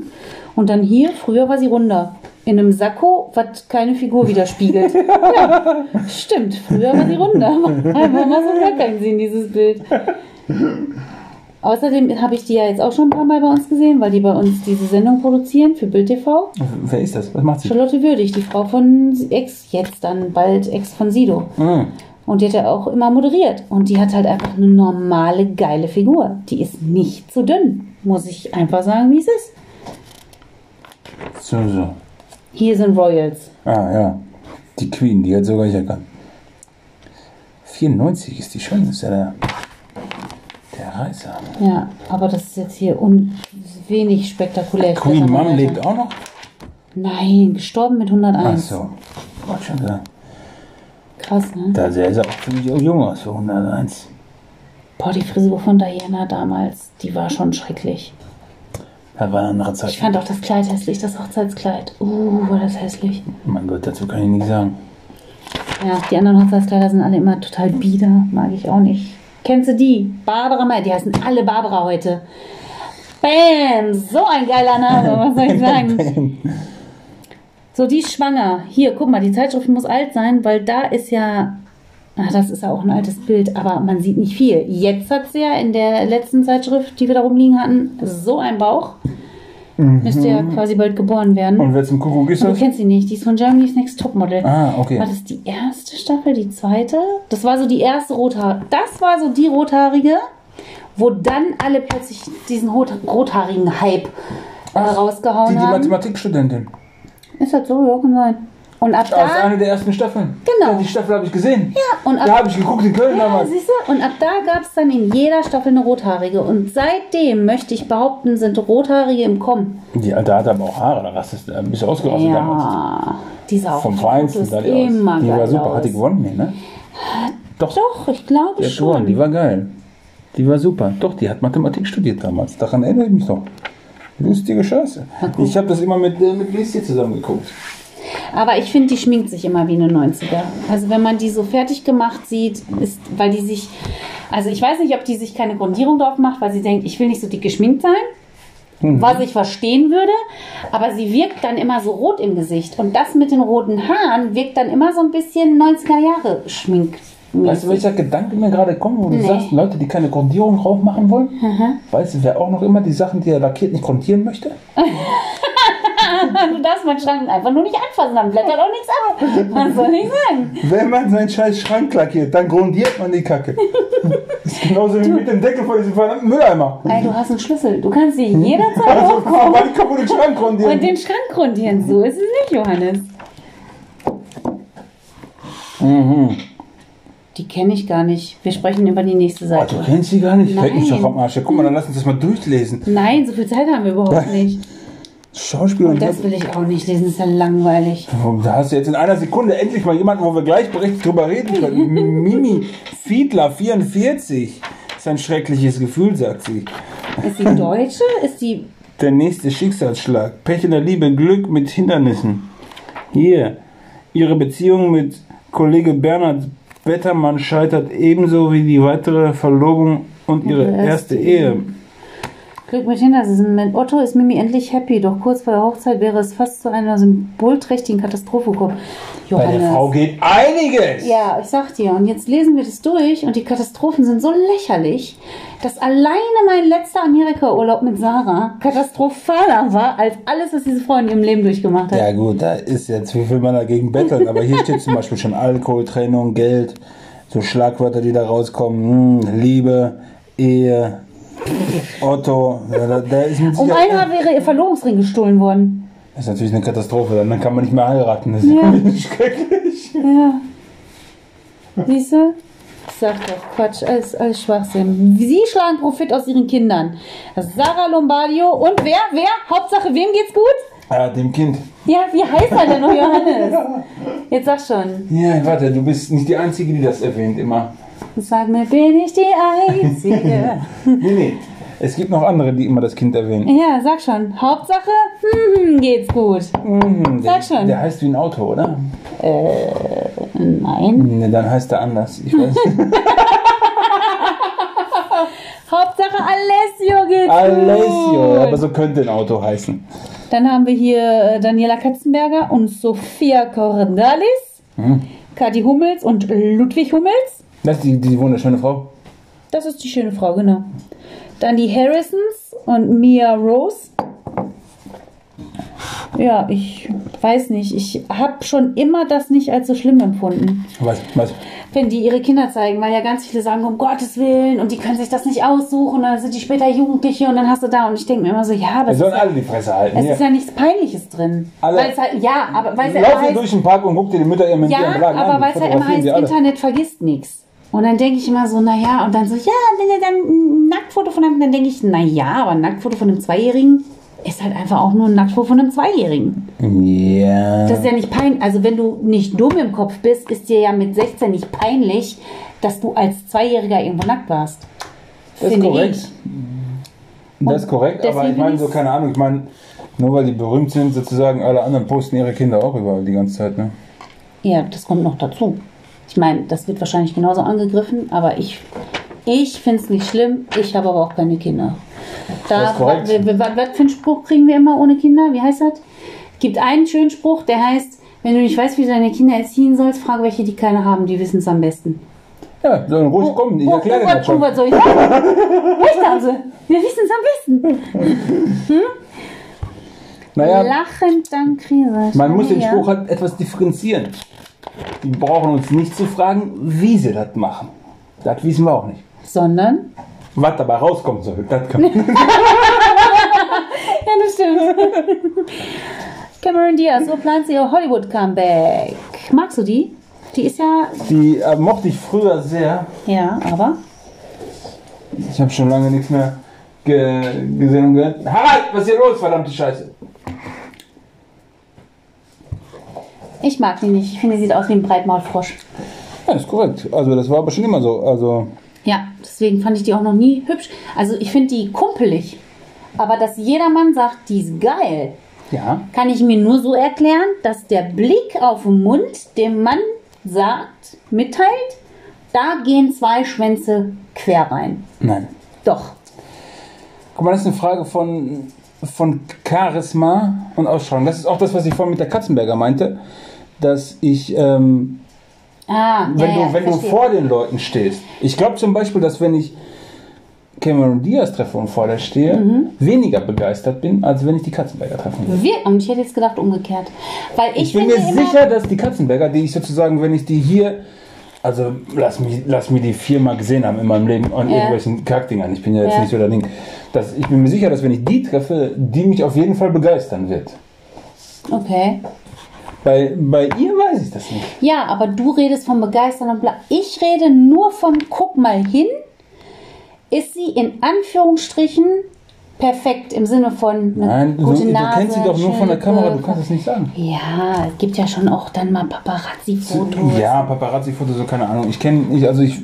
Speaker 1: Und dann hier, früher war sie runder. In einem Sakko, was keine Figur widerspiegelt. ja, stimmt. Früher war sie runder. Einfach mal so gar keinen Sinn, dieses Bild. Außerdem habe ich die ja jetzt auch schon ein paar Mal bei uns gesehen, weil die bei uns diese Sendung produzieren für Bild TV.
Speaker 2: Wer ist das? Was macht sie?
Speaker 1: Charlotte Würdig, die Frau von Ex, jetzt dann bald Ex von Sido.
Speaker 2: Ah,
Speaker 1: Und die hat ja auch immer moderiert. Und die hat halt einfach eine normale, geile Figur. Die ist nicht zu dünn. Muss ich einfach sagen, wie es ist.
Speaker 2: so, so.
Speaker 1: Hier sind Royals.
Speaker 2: Ah, ja. Die Queen, die hat sogar ich erkannt. 94 ist die schon, ist ja der, der Reißer.
Speaker 1: Ja, aber das ist jetzt hier un wenig spektakulär. Ich
Speaker 2: Queen
Speaker 1: weiß aber
Speaker 2: Mum
Speaker 1: nicht.
Speaker 2: lebt auch noch?
Speaker 1: Nein, gestorben mit
Speaker 2: Ach
Speaker 1: 101.
Speaker 2: so. Gott, schon gesagt.
Speaker 1: Krass, ne?
Speaker 2: Da sah sie auch ziemlich jung aus, so 101.
Speaker 1: Boah, die Frisur von Diana damals, die war schon schrecklich.
Speaker 2: Das war eine andere Zeit.
Speaker 1: Ich fand auch das Kleid hässlich, das Hochzeitskleid. Uh, war das hässlich.
Speaker 2: mein Gott, dazu kann ich nichts sagen.
Speaker 1: Ja, die anderen Hochzeitskleider sind alle immer total bieder. Mag ich auch nicht. Kennst du die? Barbara May. Die heißen alle Barbara heute. Bam! So ein geiler Name, was soll ich sagen? So, die ist schwanger. Hier, guck mal, die Zeitschrift muss alt sein, weil da ist ja. Ach, das ist ja auch ein altes Bild, aber man sieht nicht viel. Jetzt hat sie ja in der letzten Zeitschrift, die wir da rumliegen hatten, so einen Bauch. Müsste ja quasi bald geboren werden.
Speaker 2: Und wer zum Kuckuck ist
Speaker 1: Du
Speaker 2: das?
Speaker 1: kennst sie nicht, die ist von Germany's Next Topmodel.
Speaker 2: Ah, okay.
Speaker 1: War das die erste Staffel, die zweite? Das war so die erste Rothaarige. Das war so die Rothaarige, wo dann alle plötzlich diesen Rot rothaarigen Hype äh,
Speaker 2: Die,
Speaker 1: rausgehauen
Speaker 2: die
Speaker 1: haben.
Speaker 2: Mathematikstudentin.
Speaker 1: Ist das so? Ja, kann sein. Und ab
Speaker 2: Aus
Speaker 1: da,
Speaker 2: einer der ersten Staffeln.
Speaker 1: Genau.
Speaker 2: Ja, die Staffel habe ich gesehen.
Speaker 1: Ja, und ab-
Speaker 2: da habe ich geguckt in Köln
Speaker 1: ja,
Speaker 2: damals.
Speaker 1: siehst du? Und ab da gab es dann in jeder Staffel eine Rothaarige. Und seitdem, möchte ich behaupten, sind Rothaarige im Kommen.
Speaker 2: Die Alte hat aber auch Haare, da rast es ein bisschen äh, ausgerastet damals.
Speaker 1: Ja, die sah auch
Speaker 2: Vom
Speaker 1: auf
Speaker 2: Feinsten
Speaker 1: Fotos
Speaker 2: sah die aus.
Speaker 1: immer
Speaker 2: Die
Speaker 1: geil
Speaker 2: war super,
Speaker 1: aus.
Speaker 2: hat die gewonnen, nee, ne? Doch,
Speaker 1: Doch, ich glaube
Speaker 2: die hat gewonnen,
Speaker 1: schon.
Speaker 2: die war geil. Die war super. Doch, die hat Mathematik studiert damals. Daran erinnere ich mich noch. Lustige Scheiße. Ich habe das immer mit, äh, mit Lissi zusammengeguckt.
Speaker 1: Aber ich finde, die schminkt sich immer wie eine 90er. Also wenn man die so fertig gemacht sieht, ist, weil die sich, also ich weiß nicht, ob die sich keine Grundierung drauf macht, weil sie denkt, ich will nicht so dick geschminkt sein, was ich verstehen würde, aber sie wirkt dann immer so rot im Gesicht. Und das mit den roten Haaren wirkt dann immer so ein bisschen 90er Jahre schminkt.
Speaker 2: Weißt du, welcher Gedanke mir gerade kommt, wo du
Speaker 1: Nee.
Speaker 2: sagst, Leute, die keine Grundierung drauf machen wollen? Weißt du, wer auch noch immer die Sachen, die er lackiert, nicht grundieren möchte?
Speaker 1: Also du darfst meinen Schrank einfach nur nicht anfassen, dann blättert auch nichts ab. Was soll ich sagen?
Speaker 2: Wenn man seinen scheiß Schrank lackiert, dann grundiert man die Kacke. das ist genauso wie mit dem Deckel von diesem verdammten Mülleimer.
Speaker 1: Ey, du hast einen Schlüssel. Du kannst sie jederzeit
Speaker 2: Also,
Speaker 1: hochkommen.
Speaker 2: aber ich kann wohl den Schrank grundieren.
Speaker 1: Oh, Und den Schrank grundieren. So ist es nicht, Johannes.
Speaker 2: Mhm.
Speaker 1: Die kenne ich gar nicht. Wir sprechen über die nächste
Speaker 2: Boah,
Speaker 1: Seite.
Speaker 2: Ah, du kennst sie gar nicht.
Speaker 1: Nein.
Speaker 2: Fällt mich doch am Arsch. Ja, guck mal, dann lass uns das mal durchlesen.
Speaker 1: Nein, so viel Zeit haben wir überhaupt nicht.
Speaker 2: Schauspieler und
Speaker 1: Das will ich auch nicht lesen, ist ja langweilig.
Speaker 2: Da hast du jetzt in einer Sekunde endlich mal jemanden, wo wir gleichberechtigt drüber reden können. Mimi Fiedler, 44. Ist ein schreckliches Gefühl, sagt sie.
Speaker 1: Ist die Deutsche? Ist die.
Speaker 2: Der nächste Schicksalsschlag. Pech in der Liebe, Glück mit Hindernissen. Hier. Ihre Beziehung mit Kollege Bernhard Bettermann scheitert ebenso wie die weitere Verlobung und ihre
Speaker 1: Ihre erste
Speaker 2: erste Ehe.
Speaker 1: Glück mit Hindernissen. Mit Otto ist Mimi endlich happy, doch kurz vor der Hochzeit wäre es fast zu einer symbolträchtigen Katastrophe gekommen.
Speaker 2: Bei der Frau geht einiges.
Speaker 1: Ja, ich sag dir, und jetzt lesen wir das durch und die Katastrophen sind so lächerlich, dass alleine mein letzter Amerika-Urlaub mit Sarah katastrophaler war als alles, was diese Frau in ihrem Leben durchgemacht hat.
Speaker 2: Ja gut, da ist jetzt, wie viel man dagegen betteln, aber hier steht zum Beispiel schon Alkohol, Trennung, Geld, so Schlagwörter, die da rauskommen, hm, Liebe, Ehe, Otto, ja, da, da ist mit
Speaker 1: um
Speaker 2: Sicherheit-
Speaker 1: ein Haar wäre ihr Verlobungsring gestohlen worden.
Speaker 2: Das ist natürlich eine Katastrophe, dann kann man nicht mehr heiraten, das ist
Speaker 1: Ja.
Speaker 2: wirklich schrecklich.
Speaker 1: Ja. Siehst du? Ich Sag doch, Quatsch, alles, alles Schwachsinn. Sie schlagen Profit aus ihren Kindern. Sarah Lombardio und wer, wer? Hauptsache, wem geht's gut?
Speaker 2: Ah, dem Kind.
Speaker 1: Ja, wie heißt er denn noch, Johannes? Jetzt sag schon.
Speaker 2: Ja, warte, du bist nicht die Einzige, die das erwähnt immer.
Speaker 1: Sag mir, bin ich die Einzige?
Speaker 2: Nee, nee. Es gibt noch andere, die immer das Kind erwähnen.
Speaker 1: Hm. Ja, sag schon. Hauptsache, hm, geht's gut.
Speaker 2: Mhm, der,
Speaker 1: Sag schon. Hm.
Speaker 2: Der heißt wie ein Auto, oder?
Speaker 1: Nein.
Speaker 2: Ne, dann heißt er anders. Ich weiß.
Speaker 1: Hauptsache, Alessio geht's gut.
Speaker 2: Alessio, aber so könnte ein Auto heißen.
Speaker 1: Dann haben wir hier äh, Daniela Katzenberger und Sophia Cordalis,
Speaker 2: Hm?
Speaker 1: Kathi Hummels und Ludwig Hummels.
Speaker 2: Das ist die, die wunderschöne Frau.
Speaker 1: Das ist die schöne Frau, genau. Dann die Harrisons und Mia Rose. Ja, ich weiß nicht. Ich habe schon immer das nicht als so schlimm empfunden,
Speaker 2: Was, was?
Speaker 1: wenn die ihre Kinder zeigen, weil ja ganz viele sagen, um Gottes Willen, und die können sich das nicht aussuchen, dann sind die später Jugendliche und dann hast du da. Und ich denke mir immer so, ja,
Speaker 2: Wir
Speaker 1: das ist
Speaker 2: sollen
Speaker 1: ja,
Speaker 2: alle die Fresse halten.
Speaker 1: es
Speaker 2: Hier.
Speaker 1: ist ja nichts Peinliches drin.
Speaker 2: Also, Alle-
Speaker 1: Weil's halt, ja, aber weil es ja
Speaker 2: Lauf
Speaker 1: heißt,
Speaker 2: hier durch den Park und guck dir die Mütter ihren
Speaker 1: ja,
Speaker 2: ihren Laden an.
Speaker 1: aber
Speaker 2: die
Speaker 1: weil es ja immer
Speaker 2: fotografieren
Speaker 1: heißt,
Speaker 2: die alle.
Speaker 1: Internet vergisst nichts. Und dann denke ich immer so, naja, und dann so, ja, wenn ihr dann ein Nacktfoto von einem, dann denke ich, naja, aber ein Nacktfoto von einem Zweijährigen ist halt einfach auch nur ein Nacktfoto von einem Zweijährigen.
Speaker 2: Ja.
Speaker 1: Das ist ja nicht peinlich. Also wenn du nicht dumm im Kopf bist, ist dir ja mit 16 nicht peinlich, dass du als Zweijähriger irgendwo nackt warst.
Speaker 2: Das ist
Speaker 1: Finde
Speaker 2: korrekt. Das ist korrekt, aber
Speaker 1: deswegen
Speaker 2: ich meine,
Speaker 1: ist-
Speaker 2: so keine Ahnung, ich meine, nur weil die berühmt sind, sozusagen, alle anderen posten ihre Kinder auch überall die ganze Zeit, ne?
Speaker 1: Ich. Ja, das kommt noch dazu. Ich meine, das wird wahrscheinlich genauso angegriffen, aber ich, ich finde es nicht schlimm. Ich habe aber auch keine Kinder.
Speaker 2: Das
Speaker 1: Da,
Speaker 2: ist korrekt.
Speaker 1: wa- wa- wa- was für einen Spruch kriegen wir immer ohne Kinder? Wie heißt das? Gibt einen schönen Spruch, der heißt, wenn du nicht weißt, wie du deine Kinder erziehen sollst, frage welche, die keine haben, die wissen es am besten.
Speaker 2: Ja, sollen ruhig kommen, ich
Speaker 1: Oh,
Speaker 2: erkläre
Speaker 1: oh
Speaker 2: dir
Speaker 1: Gott,
Speaker 2: das schon.
Speaker 1: oh Gott, so, ja. Recht haben sie. also? Wir wissen es am besten.
Speaker 2: Naja,
Speaker 1: Lachend dann Krise.
Speaker 2: man muss den
Speaker 1: Ja.
Speaker 2: Spruch halt etwas differenzieren. Die brauchen uns nicht zu fragen, wie sie das machen. Das wissen wir auch nicht.
Speaker 1: Sondern?
Speaker 2: Was dabei rauskommen soll, das kann
Speaker 1: Ja, das stimmt. Cameron Diaz, so plant sie ihr Hollywood-Comeback. Magst du die? Die ist ja...
Speaker 2: Die äh, mochte ich früher sehr.
Speaker 1: Ja, aber...
Speaker 2: Ich habe schon lange nichts mehr ge gesehen und gehört. Harald, was ist hier los, verdammte Scheiße?
Speaker 1: Ich mag die nicht. Ich finde, die sieht aus wie ein Breitmaulfrosch.
Speaker 2: Ja, ist korrekt. Also, das war aber schon immer so. Also,
Speaker 1: Ja, deswegen fand ich die auch noch nie hübsch. Also ich finde die kumpelig. Aber dass jedermann sagt, die ist geil,
Speaker 2: ja.
Speaker 1: kann ich mir nur so erklären, dass der Blick auf den Mund dem Mann sagt, mitteilt, da gehen zwei Schwänze quer rein.
Speaker 2: Nein.
Speaker 1: Doch.
Speaker 2: Guck mal, das ist eine Frage von, von Charisma und Ausstrahlung. Das ist auch das, was ich vorhin mit der Katzenberger meinte, dass ich, ähm,
Speaker 1: Ah,
Speaker 2: wenn,
Speaker 1: ja, ja,
Speaker 2: du, wenn du
Speaker 1: verstehe.
Speaker 2: vor den Leuten stehst, ich glaube zum Beispiel, dass wenn ich Cameron Diaz treffe und vor der stehe,
Speaker 1: Mhm.
Speaker 2: weniger begeistert bin, als wenn ich die Katzenberger treffe.
Speaker 1: Wir, und ich hätte jetzt gedacht umgekehrt. Weil ich,
Speaker 2: Ich bin
Speaker 1: finde
Speaker 2: mir
Speaker 1: immer,
Speaker 2: sicher, dass die Katzenberger, die ich sozusagen, wenn ich die hier, also lass mich, lass mich die viermal gesehen haben in meinem Leben an
Speaker 1: Ja.
Speaker 2: irgendwelchen Kackdingern, ich bin ja jetzt
Speaker 1: Ja.
Speaker 2: nicht so der Link, dass ich bin mir sicher, dass wenn ich die treffe, die mich auf jeden Fall begeistern wird.
Speaker 1: Okay.
Speaker 2: Bei, bei ihr weiß ich das nicht.
Speaker 1: Ja, aber du redest vom Begeistern und bla. Ich rede nur von guck mal hin. Ist sie in Anführungsstrichen perfekt im Sinne von eine
Speaker 2: Nein, du,
Speaker 1: gute
Speaker 2: du
Speaker 1: Nase,
Speaker 2: kennst sie doch nur von der
Speaker 1: schöne
Speaker 2: Kamera, du
Speaker 1: Kurve.
Speaker 2: kannst es nicht sagen.
Speaker 1: Ja, es gibt ja schon auch dann mal Paparazzi-Fotos.
Speaker 2: Ja, Paparazzi-Fotos, so keine Ahnung. Ich kenne, ich, also ich,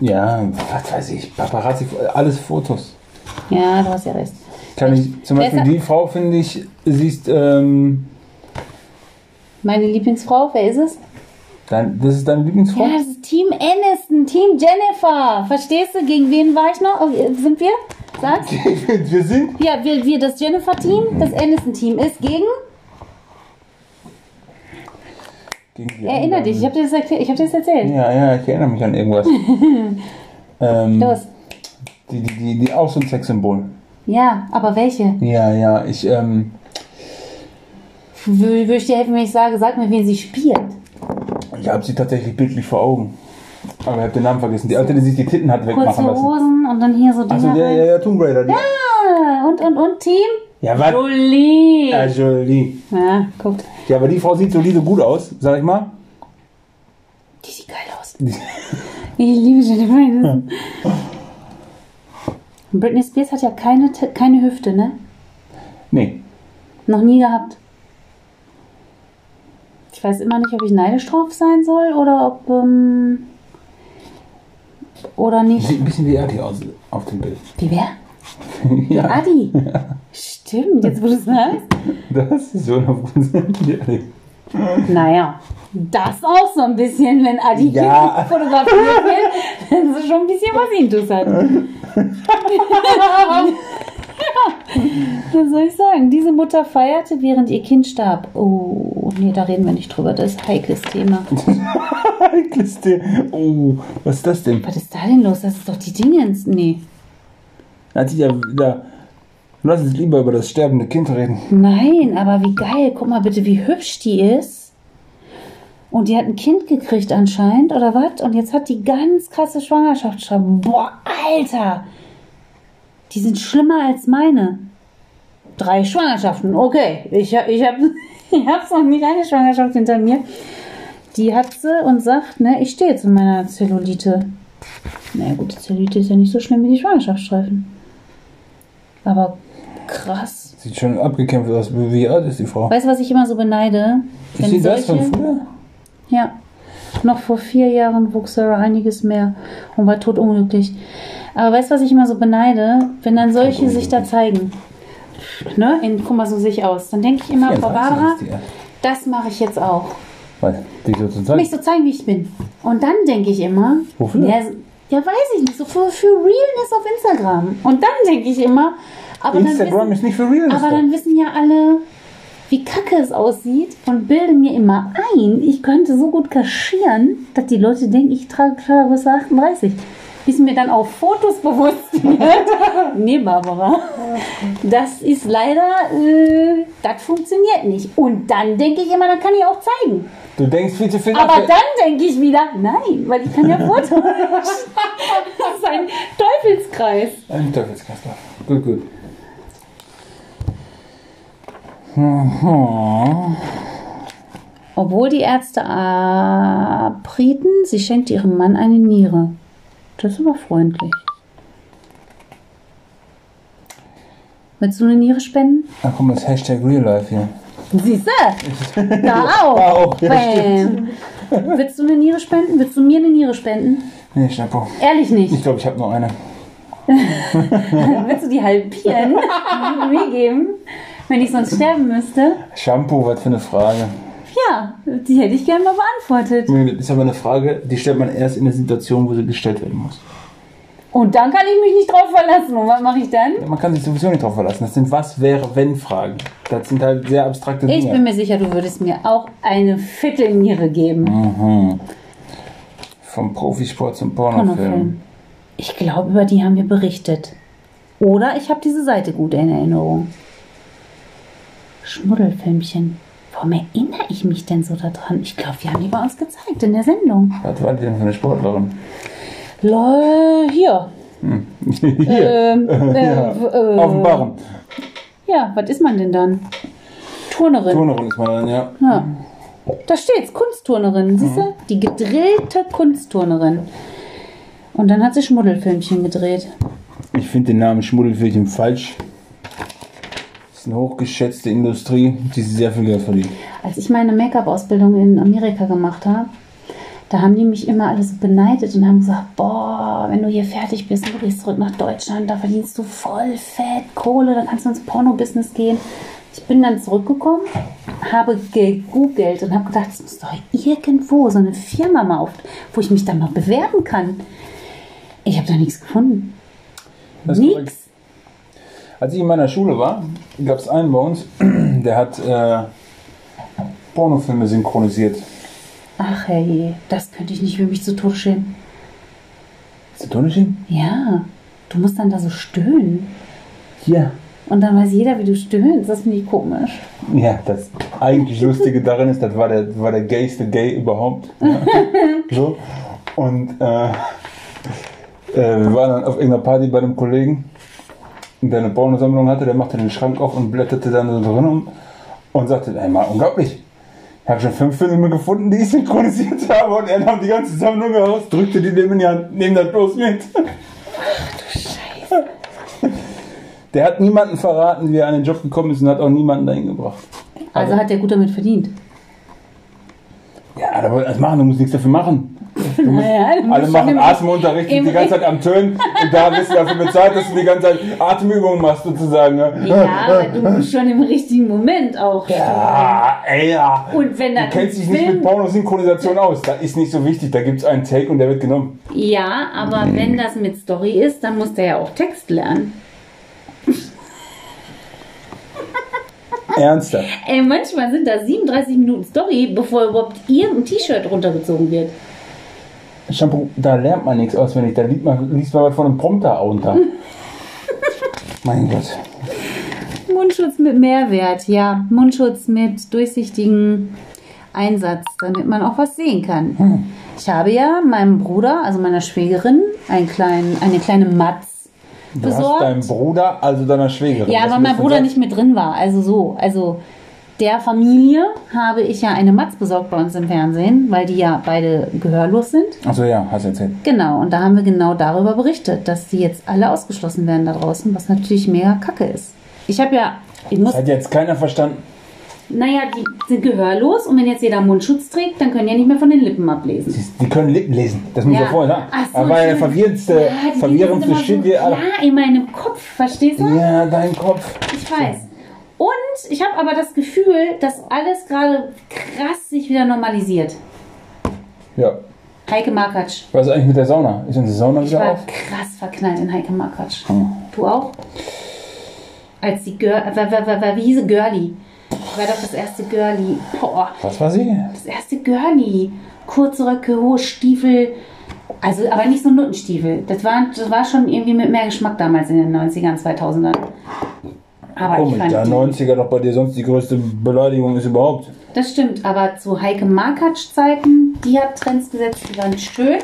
Speaker 2: ja, was weiß ich, Paparazzi, alles Fotos.
Speaker 1: ja, du hast ja recht.
Speaker 2: Kann ich, zum Beispiel
Speaker 1: Besser-
Speaker 2: die Frau, finde ich, siehst, ähm,
Speaker 1: Meine Lieblingsfrau, wer ist es?
Speaker 2: dein, das ist deine Lieblingsfrau?
Speaker 1: Ja, das ist Team Aniston, Team Jennifer. Verstehst du, gegen wen war ich noch? Oh, Sind wir? Sag's.
Speaker 2: Wir sind.
Speaker 1: Ja, wir, wir das Jennifer-Team, das Aniston-Team ist gegen. Erinner dich, ich habe dir das erklärt. Ich hab dir das erzählt.
Speaker 2: Ja, ja, ich erinnere mich an irgendwas. ähm,
Speaker 1: Los.
Speaker 2: die, die, die, die auch so ein Sexsymbol.
Speaker 1: Ja, aber welche?
Speaker 2: Ja, ja, ich, ähm,
Speaker 1: Wür- Würde ich dir helfen, wenn ich sage, sag mir, wen sie spielt?
Speaker 2: ich habe sie tatsächlich bildlich vor Augen. Aber ich habe den Namen vergessen. Die alte, die sich die Titten hat
Speaker 1: Kurze
Speaker 2: wegmachen lassen.
Speaker 1: Hosen und dann hier so
Speaker 2: Also
Speaker 1: Dinger
Speaker 2: ja, ja,
Speaker 1: rein.
Speaker 2: ja, Tomb Raider. Die,
Speaker 1: Ah, Und, und, und, Team?
Speaker 2: ja, was?
Speaker 1: Jolie.
Speaker 2: Ja, Jolie.
Speaker 1: Ja, guck.
Speaker 2: Ja, aber die Frau sieht Jolie so gut aus, sag ich mal.
Speaker 1: Die sieht geil aus. ich liebe Jennifer Aniston. Britney Spears hat ja keine, T- keine Hüfte, ne?
Speaker 2: Nee.
Speaker 1: Noch nie gehabt. Ich weiß immer nicht, ob ich neidisch drauf sein soll oder ob. Ähm, oder
Speaker 2: Die
Speaker 1: nicht.
Speaker 2: sieht ein bisschen wie Erdi aus auf dem Bild.
Speaker 1: Wie wer? Die Adi. Stimmt, jetzt wo du es sagst.
Speaker 2: Das ist so eine Wunderlich.
Speaker 1: Naja, das auch so ein bisschen, wenn Adi
Speaker 2: Ja.
Speaker 1: Kind fotografiert wird, dann ist es schon ein bisschen was Intus hat. Was soll ich sagen? Diese Mutter feierte, während ihr Kind starb. Oh, nee, da reden wir nicht drüber. Das ist ein heikles Thema.
Speaker 2: Heikles Thema. Oh, was ist das denn?
Speaker 1: Was ist da denn los? Das ist doch die Dingens. Nee.
Speaker 2: Hat sich ja wieder. Lass uns lieber über das sterbende Kind reden.
Speaker 1: Nein, aber wie geil. Guck mal bitte, wie hübsch die ist. Und die hat ein Kind gekriegt anscheinend, oder was? Und jetzt hat die ganz krasse Schwangerschaftsschreiben. Boah, Alter! Die sind schlimmer als meine. Drei Schwangerschaften, okay. Ich, hab- ich, hab, ich hab's noch nicht eine Schwangerschaft hinter mir. Die hat sie und sagt, ne, ich stehe jetzt in meiner Zellulite. Na naja, gut, die Zellulite ist ja nicht so schlimm wie die Schwangerschaftsstreifen. Aber krass.
Speaker 2: Sieht schon abgekämpft aus. Wie wie alt ist die Frau?
Speaker 1: Weißt du, was ich immer so beneide?
Speaker 2: Ist sie das von früher?
Speaker 1: ja. Noch vor vier Jahren wuchs Sarah einiges mehr und war totunglücklich. Aber weißt du, was ich immer so beneide? Wenn dann solche sich da zeigen. Ne? In, guck mal, so sehe ich aus. Dann denke ich immer, Frau
Speaker 2: 84
Speaker 1: Barbara,
Speaker 2: ist die, ja.
Speaker 1: das mache ich jetzt auch.
Speaker 2: Was? Die sozusagen?
Speaker 1: Mich so zeigen, wie ich bin. Und dann denke ich immer,
Speaker 2: Wofür?
Speaker 1: Ja, ja, weiß ich nicht, so für, für Realness auf Instagram. Und dann denke ich immer, aber dann
Speaker 2: Instagram
Speaker 1: wissen,
Speaker 2: ist nicht für real.
Speaker 1: aber dann wissen ja alle, wie kacke es aussieht und bilde mir immer ein, ich könnte so gut kaschieren, dass die Leute denken, ich trage Kleidergröße 38. Bis mir dann auf Fotos bewusst wird. nee, Barbara. Das ist leider, äh, das funktioniert nicht. Und dann denke ich immer, dann kann ich auch zeigen.
Speaker 2: du denkst viel zu viel.
Speaker 1: Aber
Speaker 2: ab-
Speaker 1: dann denke ich wieder, nein, weil ich kann ja Fotos. das ist ein Teufelskreis.
Speaker 2: Ein Teufelskreislauf. Gut, gut.
Speaker 1: Obwohl die Ärzte abrieten, sie schenkte ihrem Mann eine Niere. Das ist aber freundlich. Willst du eine Niere spenden?
Speaker 2: Da kommt das Hashtag Real Life hier.
Speaker 1: Siehste? Da
Speaker 2: Da
Speaker 1: auch.
Speaker 2: auch, ja,
Speaker 1: Bam. Willst du eine Niere spenden? Willst du mir eine Niere spenden?
Speaker 2: Nee, Chapeau.
Speaker 1: Ehrlich
Speaker 2: Ich
Speaker 1: nicht.
Speaker 2: glaube, ich habe noch eine.
Speaker 1: Willst du die halbieren? Mir geben? Wenn ich sonst sterben müsste?
Speaker 2: Shampoo, was für eine Frage.
Speaker 1: Ja, die hätte ich gerne mal beantwortet.
Speaker 2: Das ist aber eine Frage, die stellt man erst in der Situation, wo sie gestellt werden muss.
Speaker 1: Und dann kann ich mich nicht drauf verlassen. Und was mache ich dann?
Speaker 2: Man kann sich sowieso nicht drauf verlassen. Das sind was wäre wenn Fragen. Das sind halt sehr abstrakte
Speaker 1: Ich bin
Speaker 2: Dinge.
Speaker 1: mir sicher, du würdest mir auch eine Viertelniere geben.
Speaker 2: Vom Profisport zum
Speaker 1: Pornofilm.
Speaker 2: Pornofilm.
Speaker 1: Ich glaube, über die haben wir berichtet. Oder ich habe diese Seite gut in Erinnerung. Schmuddelfilmchen. Warum erinnere ich mich denn so daran? Ich glaube, wir haben die bei uns gezeigt in der Sendung.
Speaker 2: Was war die denn für eine Sportlerin?
Speaker 1: Lol, hier.
Speaker 2: Hier.
Speaker 1: Ähm, äh,
Speaker 2: ja.
Speaker 1: w- äh,
Speaker 2: Auf dem Barren.
Speaker 1: Ja, was ist man denn dann? Turnerin.
Speaker 2: Turnerin ist man dann, ja.
Speaker 1: Ja. Da steht's, Kunstturnerin, siehst du? Die gedrillte Kunstturnerin. Und dann hat sie Schmuddelfilmchen gedreht.
Speaker 2: Ich finde den Namen Schmuddelfilmchen falsch. Das ist eine hochgeschätzte Industrie, die sehr viel Geld verdient.
Speaker 1: Als ich meine Make-up-Ausbildung in Amerika gemacht habe, da haben die mich immer alles beneidet und haben gesagt, boah, wenn du hier fertig bist, du gehst zurück nach Deutschland, da verdienst du voll Fett, Kohle, da kannst du ins Porno-Business gehen. Ich bin dann zurückgekommen, habe gegoogelt und habe gedacht, es muss doch irgendwo so eine Firma mal auf, wo ich mich dann mal bewerben kann. Ich habe da nichts gefunden.
Speaker 2: Das ist korrekt.
Speaker 1: Nix.
Speaker 2: Als ich in meiner Schule war, gab es einen bei uns, der hat äh, Pornofilme synchronisiert.
Speaker 1: Ach herrje, das könnte ich nicht für mich zu Tode schämen.
Speaker 2: Ist der Tonischen?
Speaker 1: Ja, du musst dann da so stöhnen.
Speaker 2: Ja.
Speaker 1: Und dann weiß jeder, wie du stöhnst. Das finde ich komisch.
Speaker 2: Ja, das eigentlich Lustige daran ist, das war der, war der gayste Gay überhaupt. so. Und äh, äh, wir waren dann auf irgendeiner Party bei einem Kollegen, der eine Pornosammlung hatte, der machte den Schrank auf und blätterte dann so drin um und sagte, ey, mal unglaublich. Ich habe schon fünf Filme gefunden, die ich synchronisiert habe und er nahm die ganze Sammlung heraus, drückte die dem in die Hand, nimm das bloß mit. Der hat niemanden verraten, wie er an den Job gekommen ist und hat auch niemanden dahin gebracht.
Speaker 1: Also hat der gut damit verdient.
Speaker 2: Ja, da wollte alles machen, du musst nichts dafür machen. Du musst,
Speaker 1: Naja, du
Speaker 2: alle
Speaker 1: musst schon
Speaker 2: machen
Speaker 1: im-
Speaker 2: Atemunterricht
Speaker 1: im-
Speaker 2: die ganze Zeit am Tönen und da wirst du dafür bezahlt, dass du die ganze Zeit Atemübungen machst sozusagen. Ne?
Speaker 1: Ja, aber du musst schon im richtigen Moment auch.
Speaker 2: Ah, ey, ja.
Speaker 1: Und wenn
Speaker 2: Du
Speaker 1: dann
Speaker 2: kennst dich
Speaker 1: ein
Speaker 2: nicht mit
Speaker 1: Film,
Speaker 2: Pornosynchronisation aus. Da ist nicht so wichtig. Da gibt es einen Take und der wird genommen.
Speaker 1: ja, aber wenn das mit Story ist, dann muss der ja auch Text lernen.
Speaker 2: Ernsthaft.
Speaker 1: Ey, manchmal sind da 37 Minuten Story, bevor überhaupt irgendein T-Shirt runtergezogen wird.
Speaker 2: Shampoo, da lernt man nichts auswendig. Da liest man, liest man was von einem Prompter unter. mein Gott.
Speaker 1: Mundschutz mit Mehrwert, ja. Mundschutz mit durchsichtigen Einsatz, damit man auch was sehen kann.
Speaker 2: Hm.
Speaker 1: Ich habe ja meinem Bruder, also meiner Schwägerin, einen kleinen, eine kleine Matz
Speaker 2: Du hast
Speaker 1: besorgt.
Speaker 2: deinen Bruder, also deiner Schwägerin.
Speaker 1: Ja, weil
Speaker 2: Was willst
Speaker 1: mein
Speaker 2: du
Speaker 1: Bruder
Speaker 2: sagen?
Speaker 1: nicht mit drin war. Also so, also der Familie habe ich ja eine Matz besorgt bei uns im Fernsehen, weil die ja beide gehörlos sind.
Speaker 2: Achso, ja, hast erzählt.
Speaker 1: Genau, und da haben wir genau darüber berichtet, dass die jetzt alle ausgeschlossen werden da draußen, was natürlich mega kacke ist. Ich habe ja, ich muss,
Speaker 2: Das hat jetzt keiner verstanden.
Speaker 1: naja, die sind gehörlos und wenn jetzt jeder Mundschutz trägt, dann können die ja nicht mehr von den Lippen ablesen.
Speaker 2: Die, die können Lippen lesen. Das muss
Speaker 1: Ja.
Speaker 2: ja. vorher sagen.
Speaker 1: Ach so,
Speaker 2: ne? Aber war ja der
Speaker 1: schön.
Speaker 2: verwirrendste,
Speaker 1: die
Speaker 2: verwirrendste
Speaker 1: sind immer
Speaker 2: Shit,
Speaker 1: so
Speaker 2: die alle.
Speaker 1: klar in meinem Kopf, verstehst du?
Speaker 2: Ja, dein Kopf.
Speaker 1: Ich weiß. Und ich habe aber das Gefühl, dass alles gerade krass sich wieder normalisiert.
Speaker 2: Ja.
Speaker 1: Heike Markatsch.
Speaker 2: Was ist eigentlich mit der Sauna? Ist unsere Sauna
Speaker 1: Ich
Speaker 2: wieder
Speaker 1: war
Speaker 2: auf?
Speaker 1: krass verknallt in Heike Markatsch.
Speaker 2: Hm.
Speaker 1: Du auch? Als die Girl, äh, wa- wa- wa- wa- wie hieß Girlie? War doch das erste Girlie. Boah,
Speaker 2: Was war sie?
Speaker 1: das erste Girlie. Kurze Röcke, hohe Stiefel. Also, aber nicht so Nuttenstiefel. Das war, das war schon irgendwie mit mehr Geschmack damals in den 90ern, 2000ern. Aber ich
Speaker 2: Komisch,
Speaker 1: fand
Speaker 2: der
Speaker 1: die-
Speaker 2: 90er doch bei dir sonst die größte Beleidigung ist überhaupt.
Speaker 1: Das stimmt, aber zu Heike Markatsch Zeiten, die hat Trends gesetzt, die waren schön.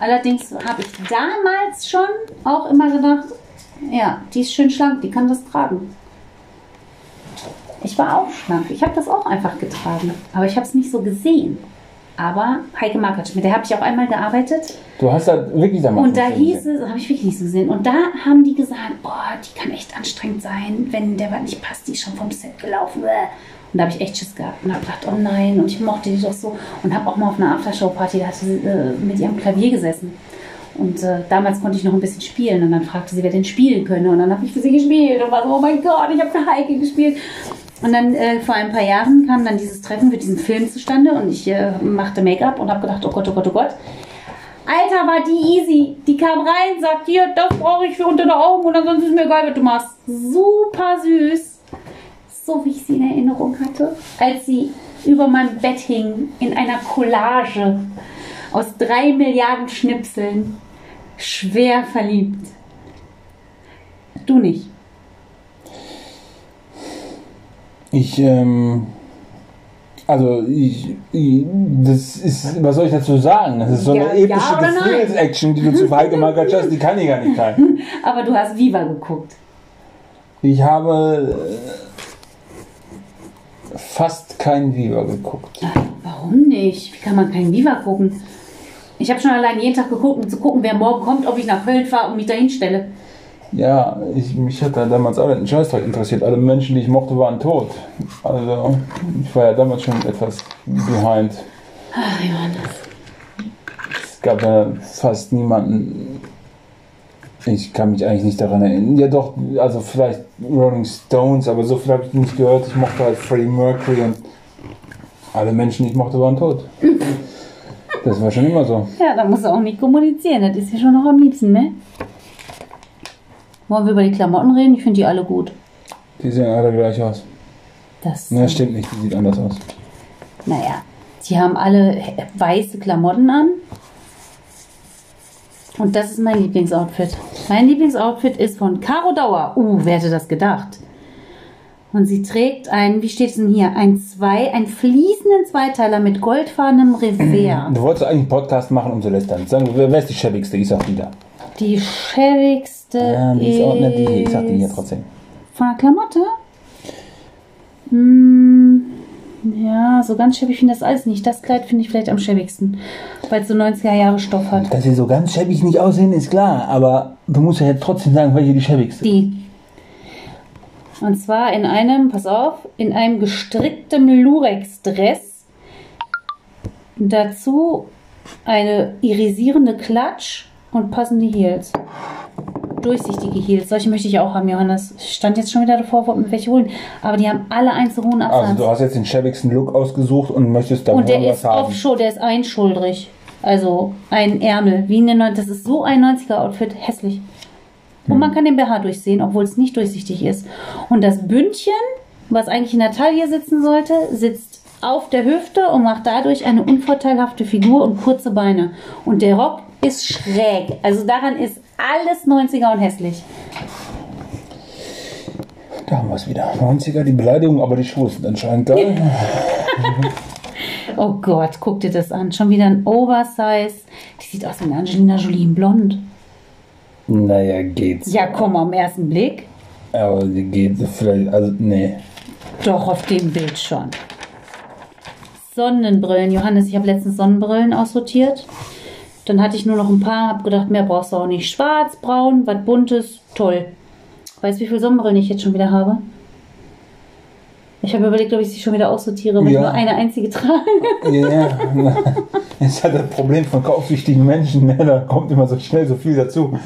Speaker 1: Allerdings habe ich damals schon auch immer gedacht, ja, die ist schön schlank, die kann das tragen. Ich war auch schlank, ich habe das auch einfach getragen, aber ich habe es nicht so gesehen. Aber Heike Markatsch, mit der habe ich auch einmal gearbeitet
Speaker 2: Du hast da wirklich da mal
Speaker 1: und da
Speaker 2: Filme
Speaker 1: hieß
Speaker 2: gesehen.
Speaker 1: es, habe ich wirklich nicht so gesehen, und da haben die gesagt, boah, die kann echt anstrengend sein, wenn der was nicht passt, die ist schon vom Set gelaufen. bäh. Und da habe ich echt Schiss gehabt und habe gedacht, oh nein, und ich mochte die doch so. Und habe auch mal auf einer Aftershow-Party, da hat sie äh, mit ihrem Klavier gesessen. Und äh, damals konnte ich noch ein bisschen spielen und dann fragte sie, wer denn spielen könne. Und dann habe ich für sie gespielt und war so, oh mein Gott, ich habe für Heike gespielt. Und dann äh, vor ein paar Jahren kam dann dieses Treffen für diesen Film zustande und ich äh, machte Make-up und habe gedacht, oh Gott, oh Gott, oh Gott. Alter, war die easy. Die kam rein, sagt, hier, das brauche ich für unter den Augen und ansonsten ist mir egal, was du machst. Super süß. So wie ich sie in Erinnerung hatte, als sie über meinem Bett hing, in einer Collage aus drei Milliarden Schnipseln, schwer verliebt. Du nicht.
Speaker 2: Ich, ähm. Also, ich, ich, das ist, was soll ich dazu sagen? Das ist so
Speaker 1: Ja,
Speaker 2: eine epische
Speaker 1: ja oder nein?
Speaker 2: Gefühls-Action, die du zu Heike Markatsch hast, die kann ich gar nicht teilen.
Speaker 1: Aber du hast Viva geguckt.
Speaker 2: Ich habe äh, fast kein Viva geguckt.
Speaker 1: Warum nicht? Wie kann man keinen Viva gucken? Ich habe schon allein jeden Tag geguckt, um zu gucken, wer morgen kommt, ob ich nach Köln fahre und mich dahin stelle.
Speaker 2: Ja, ich, mich hat da damals alle ein Scheißdreck interessiert. Alle Menschen, die ich mochte, waren tot. Also, ich war ja damals schon etwas behind.
Speaker 1: Ach, Johannes.
Speaker 2: Es gab ja fast niemanden. Ich kann mich eigentlich nicht daran erinnern. Ja, doch, also vielleicht Rolling Stones, aber so viel habe ich nicht gehört. Ich mochte halt Freddie Mercury und alle Menschen, die ich mochte, waren tot. Das war schon immer so.
Speaker 1: Ja, da muss er auch nicht kommunizieren. Das ist ja schon noch am liebsten, ne? Wollen wir über die Klamotten reden? Ich finde die alle gut.
Speaker 2: Die sehen alle gleich aus.
Speaker 1: Das,
Speaker 2: Ne, stimmt nicht, die sieht anders aus.
Speaker 1: Naja, die haben alle weiße Klamotten an. Und das ist mein Lieblingsoutfit. Mein Lieblingsoutfit ist von Caro Dauer. Uh, wer hätte das gedacht? Und sie trägt ein, wie steht es denn hier? Ein zwei, einen fließenden Zweiteiler mit goldfarbenem Revers.
Speaker 2: Du wolltest eigentlich einen Podcast machen, um zu lästern. Sagen wir, wer ist die schäbigste? Ich sag die da.
Speaker 1: Die schäbigste
Speaker 2: Ja, die ist auch nicht die hier. Ich sag die hier
Speaker 1: ist-
Speaker 2: trotzdem.
Speaker 1: Von der Klamotte? Hm, ja, so ganz schäbig finde ich das alles nicht. Das Kleid finde ich vielleicht am schäbigsten, weil es so 90er Jahre Stoff hat.
Speaker 2: Dass sie so ganz schäbig nicht aussehen, ist klar. Aber du musst ja jetzt trotzdem sagen, welche die schäbigste ist.
Speaker 1: Die. Und zwar in einem, pass auf, in einem gestricktem Lurex-Dress. Dazu eine irisierende Klatsch und passende Heels. Durchsichtige Heels. Solche möchte ich auch haben, Johannes. Ich stand jetzt schon wieder davor, wollte mir welche holen. Aber die haben alle einen zu hohen Absatz.
Speaker 2: Also du hast jetzt den schäbigsten Look ausgesucht und möchtest da
Speaker 1: und der
Speaker 2: wohl was
Speaker 1: ist auf
Speaker 2: haben.
Speaker 1: Show, der ist einschuldrig. Also ein Ärmel. Wie in den 90- das ist so ein 90er-Outfit. Hässlich. Und man kann den BH durchsehen, obwohl es nicht durchsichtig ist. Und das Bündchen, was eigentlich in der Taille sitzen sollte, sitzt auf der Hüfte und macht dadurch eine unvorteilhafte Figur und kurze Beine. Und der Rock ist schräg. Also daran ist alles 90er und hässlich.
Speaker 2: Da haben wir es wieder. 90er, die Beleidigung, aber die Schuhe sind anscheinend geil.
Speaker 1: Oh Gott, guck dir das an. Schon wieder ein Oversize. Die sieht aus wie eine Angelina Jolie in Blond.
Speaker 2: naja, geht's.
Speaker 1: Ja, komm, am ersten Blick.
Speaker 2: Aber die geht vielleicht, also nee.
Speaker 1: Doch, auf dem Bild schon. Sonnenbrillen. Johannes, ich habe letztens Sonnenbrillen aussortiert. Dann hatte ich nur noch ein paar, habe gedacht, mehr brauchst du auch nicht. Schwarz, braun, was buntes, toll. Weißt du, wie viele Sonnenbrillen ich jetzt schon wieder habe? Ich habe überlegt, ob ich sie schon wieder aussortiere, wenn
Speaker 2: Ja.
Speaker 1: ich nur eine einzige trage.
Speaker 2: Ja, ja. Jetzt hat das Problem von kaufsüchtigen Menschen, ne? da kommt immer so schnell so viel dazu.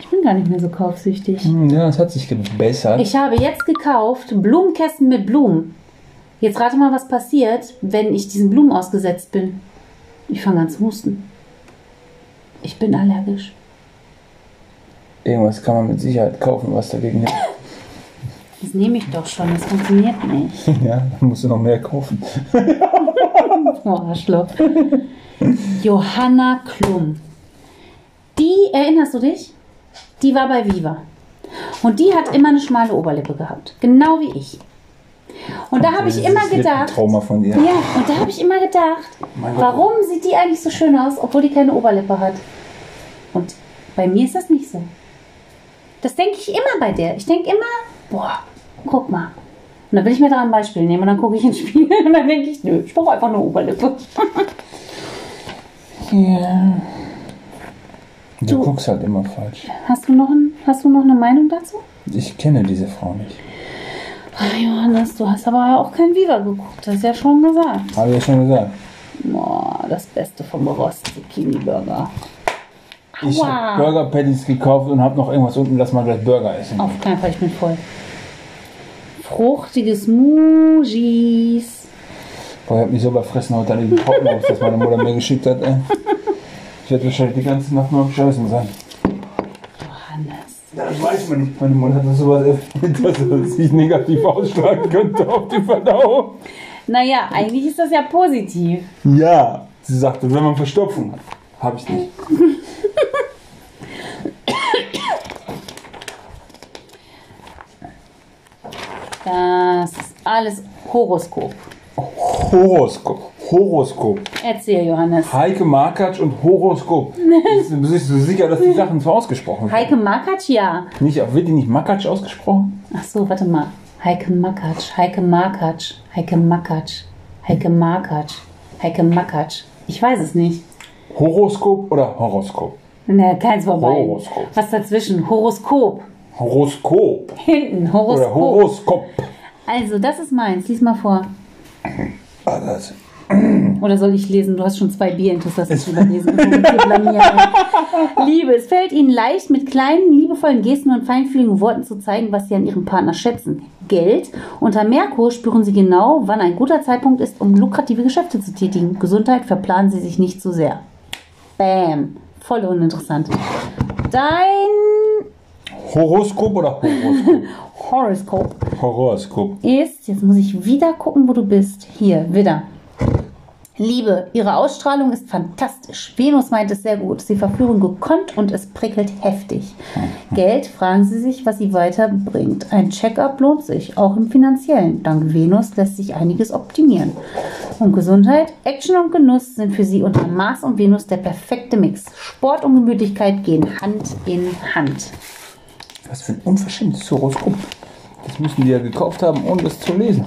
Speaker 1: Ich bin gar nicht mehr so kaufsüchtig.
Speaker 2: Hm, Ja, es hat sich gebessert.
Speaker 1: Ich habe jetzt gekauft Blumenkästen mit Blumen. Jetzt rate mal, was passiert, wenn ich diesen Blumen ausgesetzt bin. Ich fange an zu husten. Ich bin allergisch.
Speaker 2: Irgendwas kann man mit Sicherheit kaufen, was dagegen ist.
Speaker 1: Das nehme ich doch schon, das funktioniert nicht.
Speaker 2: Ja, dann musst du noch mehr kaufen.
Speaker 1: Oh, Arschloch. Johanna Klum. Die, erinnerst du dich? Die war bei Viva. Und die hat immer eine schmale Oberlippe gehabt. Genau wie ich. Und da habe ich
Speaker 2: Dieses
Speaker 1: immer gedacht,
Speaker 2: Lippentrauma von ihr.
Speaker 1: Ja, und da habe ich immer gedacht,
Speaker 2: Mein Gott.
Speaker 1: warum sieht die eigentlich so schön aus, obwohl die keine Oberlippe hat? Und bei mir ist das nicht so. Das denke ich immer bei der. Ich denke immer, boah, guck mal. Und dann will ich mir da ein Beispiel nehmen und dann gucke ich ins Spiel und dann denke ich, nö, ich brauche einfach eine Oberlippe.
Speaker 2: Du guckst halt immer falsch.
Speaker 1: Hast du noch, ein, hast du noch eine Meinung dazu?
Speaker 2: Ich kenne diese Frau nicht.
Speaker 1: Ach, Johannes, du hast aber auch kein Viva geguckt, das ist ja schon gesagt.
Speaker 2: Habe ich ja schon gesagt.
Speaker 1: Boah, das Beste vom Rost Zucchini Burger.
Speaker 2: Ich
Speaker 1: Aua.
Speaker 2: habe Burger Patties gekauft und habe noch irgendwas unten, lass mal gleich Burger essen.
Speaker 1: Auf keinen Fall, ich bin voll. Fruchtige Smoothies.
Speaker 2: Boah, ich habe mich so überfressen heute an diesem Trockenobst, das meine Mutter mir geschickt hat. Ey. Ich werde wahrscheinlich die ganze Nacht nur am Scheißen sein.
Speaker 1: Johannes.
Speaker 2: Das weiß man nicht. Meine Mutter hat das sowas erfunden, dass es sich negativ ausschlagen könnte auf die Verdauung.
Speaker 1: Naja, eigentlich ist das ja positiv.
Speaker 2: Ja, sie sagte, wenn man Verstopfung hat. Habe ich nicht.
Speaker 1: Das ist alles Horoskop.
Speaker 2: Horoskop. Horoskop.
Speaker 1: Erzähl, Johannes.
Speaker 2: Heike Markatsch und Horoskop. Bist du bist du sicher, dass die Sachen so ausgesprochen werden?
Speaker 1: Heike Makatsch, ja.
Speaker 2: Nicht, wird die nicht Makatsch ausgesprochen?
Speaker 1: Ach so, warte mal. Heike Makatsch, Heike Makatsch, Heike Makatsch, Heike Makatsch, Heike Makatsch. Ich weiß es nicht.
Speaker 2: Horoskop oder Horoskop?
Speaker 1: Na, keins vorbei.
Speaker 2: Horoskop.
Speaker 1: Was dazwischen? Horoskop.
Speaker 2: Horoskop.
Speaker 1: Hinten,
Speaker 2: Oder
Speaker 1: Horoskop.
Speaker 2: Horoskop.
Speaker 1: also, das ist meins. Lies mal vor.
Speaker 2: Ah, das.
Speaker 1: Oder soll ich lesen? Du hast schon zwei Bier intus, das ist überlesen. bevor wir uns hier blamieren. Liebe, es fällt Ihnen leicht, mit kleinen, liebevollen Gesten und feinfühligen Worten zu zeigen, was Sie an Ihrem Partner schätzen. Geld. Unter Merkur spüren Sie genau, wann ein guter Zeitpunkt ist, um lukrative Geschäfte zu tätigen. Gesundheit verplanen Sie sich nicht zu sehr. Bam. Voll uninteressant. Dein
Speaker 2: Horoskop oder Horoskop?
Speaker 1: Horoskop
Speaker 2: Horoskop.
Speaker 1: ist, jetzt muss ich wieder gucken, wo du bist. Hier, wieder. Liebe, Ihre Ausstrahlung ist fantastisch. Venus meint es sehr gut. Sie verführen gekonnt und es prickelt heftig. Geld fragen Sie sich, was Sie weiterbringt. Ein Check-up lohnt sich, auch im finanziellen. Dank Venus lässt sich einiges optimieren. Und Gesundheit, Action und Genuss sind für Sie unter Mars und Venus der perfekte Mix. Sport und Gemütlichkeit gehen Hand in Hand.
Speaker 2: Was für ein unverschämtes Horoskop. Das müssen die ja gekauft haben, ohne das zu lesen.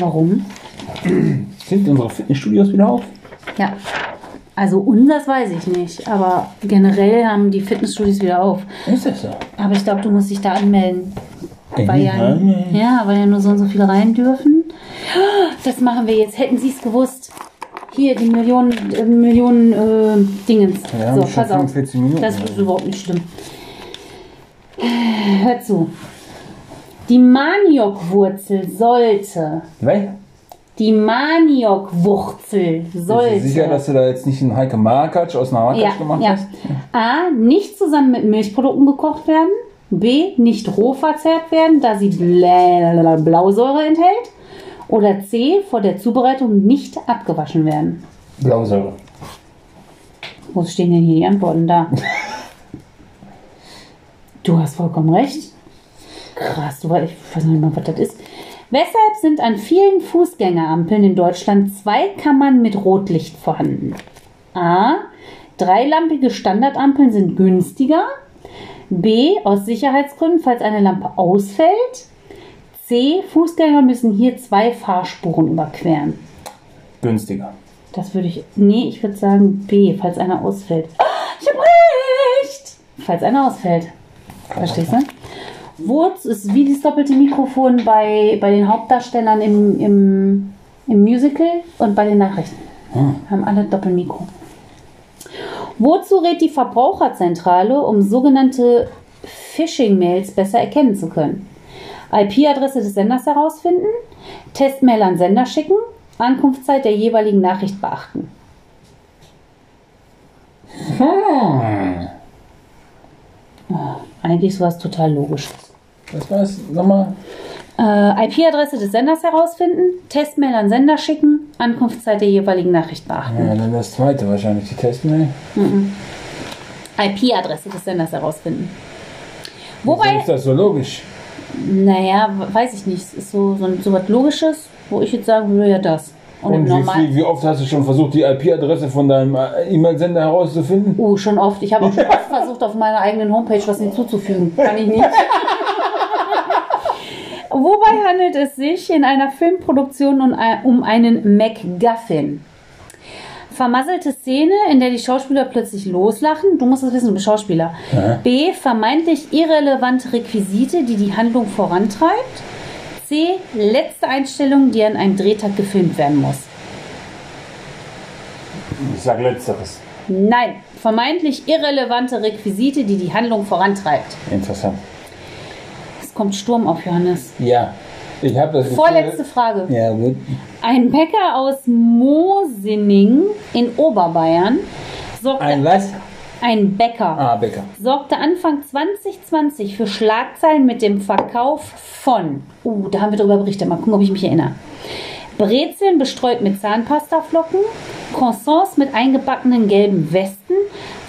Speaker 1: Warum?
Speaker 2: Sind unsere Fitnessstudios wieder auf?
Speaker 1: Ja. Also unseres weiß ich nicht, aber generell haben die Fitnessstudios wieder auf.
Speaker 2: Ist das so?
Speaker 1: Aber ich glaube, du musst dich da anmelden. Weil ja,
Speaker 2: Mhm.
Speaker 1: ja, weil ja nur so und so viele rein dürfen. Das machen wir jetzt. Hätten sie es gewusst. Hier, die Millionen, äh, Millionen äh, Dingens.
Speaker 2: Wir haben
Speaker 1: so,
Speaker 2: schon
Speaker 1: pass auf.
Speaker 2: 45 Minuten. also.
Speaker 1: Das ist überhaupt nicht schlimm. Äh, Hör zu. Die Maniok-Wurzel sollte.
Speaker 2: Welche?
Speaker 1: Die Maniok-Wurzel sollte.
Speaker 2: Bist du sicher, dass du da jetzt nicht einen Heike Markatsch aus einer Markatsch
Speaker 1: ja,
Speaker 2: gemacht
Speaker 1: ja.
Speaker 2: hast?
Speaker 1: A. Nicht zusammen mit Milchprodukten gekocht werden. B. Nicht roh verzehrt werden, da sie Bla- Blausäure enthält. Oder C. Vor der Zubereitung nicht abgewaschen werden.
Speaker 2: Blausäure.
Speaker 1: Wo stehen denn hier die Antworten da? du hast vollkommen recht. Krass, du, weißt- ich weiß noch nicht mal, was das ist. Weshalb sind an vielen Fußgängerampeln in Deutschland zwei Kammern mit Rotlicht vorhanden? A. Dreilampige Standardampeln sind günstiger. B. Aus Sicherheitsgründen, falls eine Lampe ausfällt. C. Fußgänger müssen hier zwei Fahrspuren überqueren.
Speaker 2: Günstiger.
Speaker 1: Das würde ich. Nee, ich würde sagen B, falls einer ausfällt. Ah, Ich habe recht! Falls einer ausfällt. Verstehst du? Wurz ist wie das doppelte Mikrofon bei, bei den Hauptdarstellern im, im, im Musical und bei den Nachrichten. Haben alle Doppelmikro. Wozu rät die Verbraucherzentrale, um sogenannte Phishing-Mails besser erkennen zu können? IP-Adresse des Senders herausfinden, Testmail an Sender schicken, Ankunftszeit der jeweiligen Nachricht beachten. Eigentlich war es total logisch.
Speaker 2: Was war es nochmal?
Speaker 1: Äh, IP-Adresse des Senders herausfinden, Testmail an Sender schicken, Ankunftszeit der jeweiligen Nachricht beachten.
Speaker 2: Ja, dann das zweite wahrscheinlich, die Testmail.
Speaker 1: IP-Adresse des Senders herausfinden.
Speaker 2: Wieso
Speaker 1: Wobei,
Speaker 2: ist das so logisch?
Speaker 1: naja, we- weiß ich nicht, es ist so, so, ein- so was Logisches, wo ich jetzt sagen würde, ja das. Und, im
Speaker 2: Und wie,
Speaker 1: Normal.
Speaker 2: viel, wie oft hast du schon versucht, die IP-Adresse von deinem äh, E-Mail-Sender herauszufinden?
Speaker 1: Oh, schon oft. Ich habe auch schon oft versucht, auf meiner eigenen Homepage was hinzuzufügen. Kann ich nicht. Wobei handelt es sich in einer Filmproduktion um ein- um einen MacGuffin? Vermasselte Szene, in der die Schauspieler plötzlich loslachen. Du musst das wissen, du bist Schauspieler. B. Vermeintlich irrelevante Requisite, die die Handlung vorantreibt. C. Letzte Einstellung, die an einem Drehtag gefilmt werden muss.
Speaker 2: Ich sag letzteres.
Speaker 1: Nein, vermeintlich irrelevante Requisite, die die Handlung vorantreibt.
Speaker 2: Interessant.
Speaker 1: Es kommt Sturm auf Johannes.
Speaker 2: Ja, ich habe das Gefühl-
Speaker 1: Vorletzte Frage.
Speaker 2: Ja, gut.
Speaker 1: Ein Bäcker aus Mosinning in Oberbayern sorgte,
Speaker 2: Ein was?
Speaker 1: ein Bäcker
Speaker 2: Ah, Becker.
Speaker 1: sorgte Anfang 2020 für Schlagzeilen mit dem Verkauf von, uh, da haben wir darüber berichtet, mal gucken, ob ich mich erinnere. Brezeln bestreut mit Zahnpastaflocken, Croissants mit eingebackenen gelben Westen,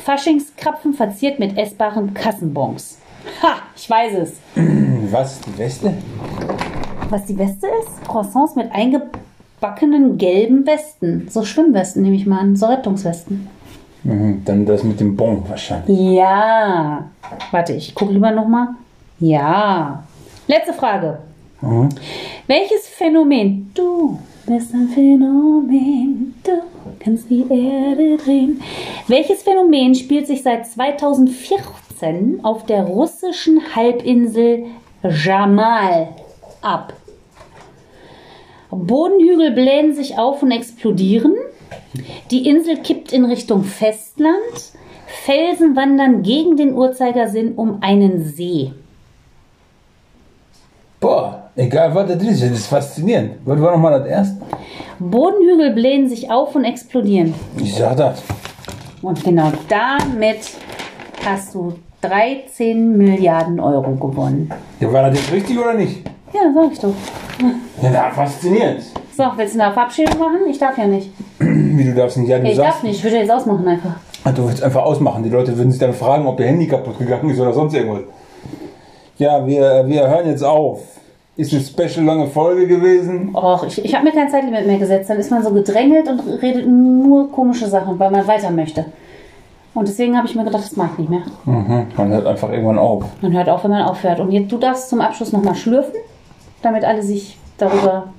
Speaker 1: Faschingskrapfen verziert mit essbaren Kassenbons. Ha, ich weiß es.
Speaker 2: Hm, Was? Die Weste?
Speaker 1: Was die Weste ist? Croissants mit eingebackenen gelben Westen. So Schwimmwesten nehme ich mal an, so Rettungswesten.
Speaker 2: Mhm, dann das mit dem Bon wahrscheinlich.
Speaker 1: Ja. Warte, ich gucke lieber nochmal. Ja. Letzte Frage.
Speaker 2: Mhm.
Speaker 1: Welches Phänomen? Du bist ein Phänomen. Du kannst die Erde drehen. Welches Phänomen spielt sich seit 2014 auf der russischen Halbinsel Jamal ab? Bodenhügel blähen sich auf und explodieren. Die Insel kippt in Richtung Festland. Felsen wandern gegen den Uhrzeigersinn um einen See.
Speaker 2: Boah, egal was das ist, das ist faszinierend. Was war nochmal das erste?
Speaker 1: Bodenhügel blähen sich auf und explodieren.
Speaker 2: Ich sag das.
Speaker 1: Und genau damit hast du 13 Milliarden Euro gewonnen.
Speaker 2: Ja, war das jetzt richtig oder nicht?
Speaker 1: Ja, sag ich doch.
Speaker 2: Ja, na, faszinierend.
Speaker 1: So, willst du eine Verabschiedung machen? Ich darf ja nicht.
Speaker 2: Wie du darfst nicht, ja, du
Speaker 1: Ich
Speaker 2: sagst.
Speaker 1: darf nicht, ich würde jetzt ausmachen einfach.
Speaker 2: Ach, Du willst einfach ausmachen. Die Leute würden sich dann fragen, ob ihr Handy kaputt gegangen ist oder sonst irgendwas. Ja, wir, wir hören jetzt auf. Ist eine special lange Folge gewesen.
Speaker 1: Och, ich, ich habe mir kein Zeitlimit mehr gesetzt. Dann ist man so gedrängelt und redet nur komische Sachen, weil man weiter möchte. Und deswegen habe ich mir gedacht, das mag ich nicht mehr.
Speaker 2: Mhm. Man hört einfach irgendwann auf.
Speaker 1: Man hört auf, wenn man aufhört. Und jetzt, du darfst zum Abschluss nochmal schlürfen, damit alle sich darüber.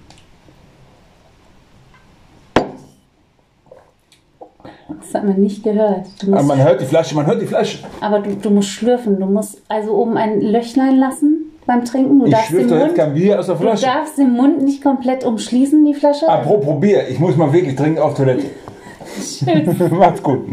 Speaker 1: Das hat man nicht gehört. Du
Speaker 2: Aber
Speaker 1: musst,
Speaker 2: man hört die Flasche, man hört die Flasche.
Speaker 1: aber du, du musst schlürfen. Du musst also oben ein Löchlein lassen beim Trinken. Du
Speaker 2: Ich
Speaker 1: darfst,
Speaker 2: schlürfe
Speaker 1: den
Speaker 2: doch jetzt
Speaker 1: Mund,
Speaker 2: kein Bier aus der
Speaker 1: du
Speaker 2: Flasche. Ah,
Speaker 1: darfst den Mund nicht komplett umschließen, die Flasche.
Speaker 2: Apropos Bier, ich muss mal wirklich dringend auf Toilette. Macht's gut.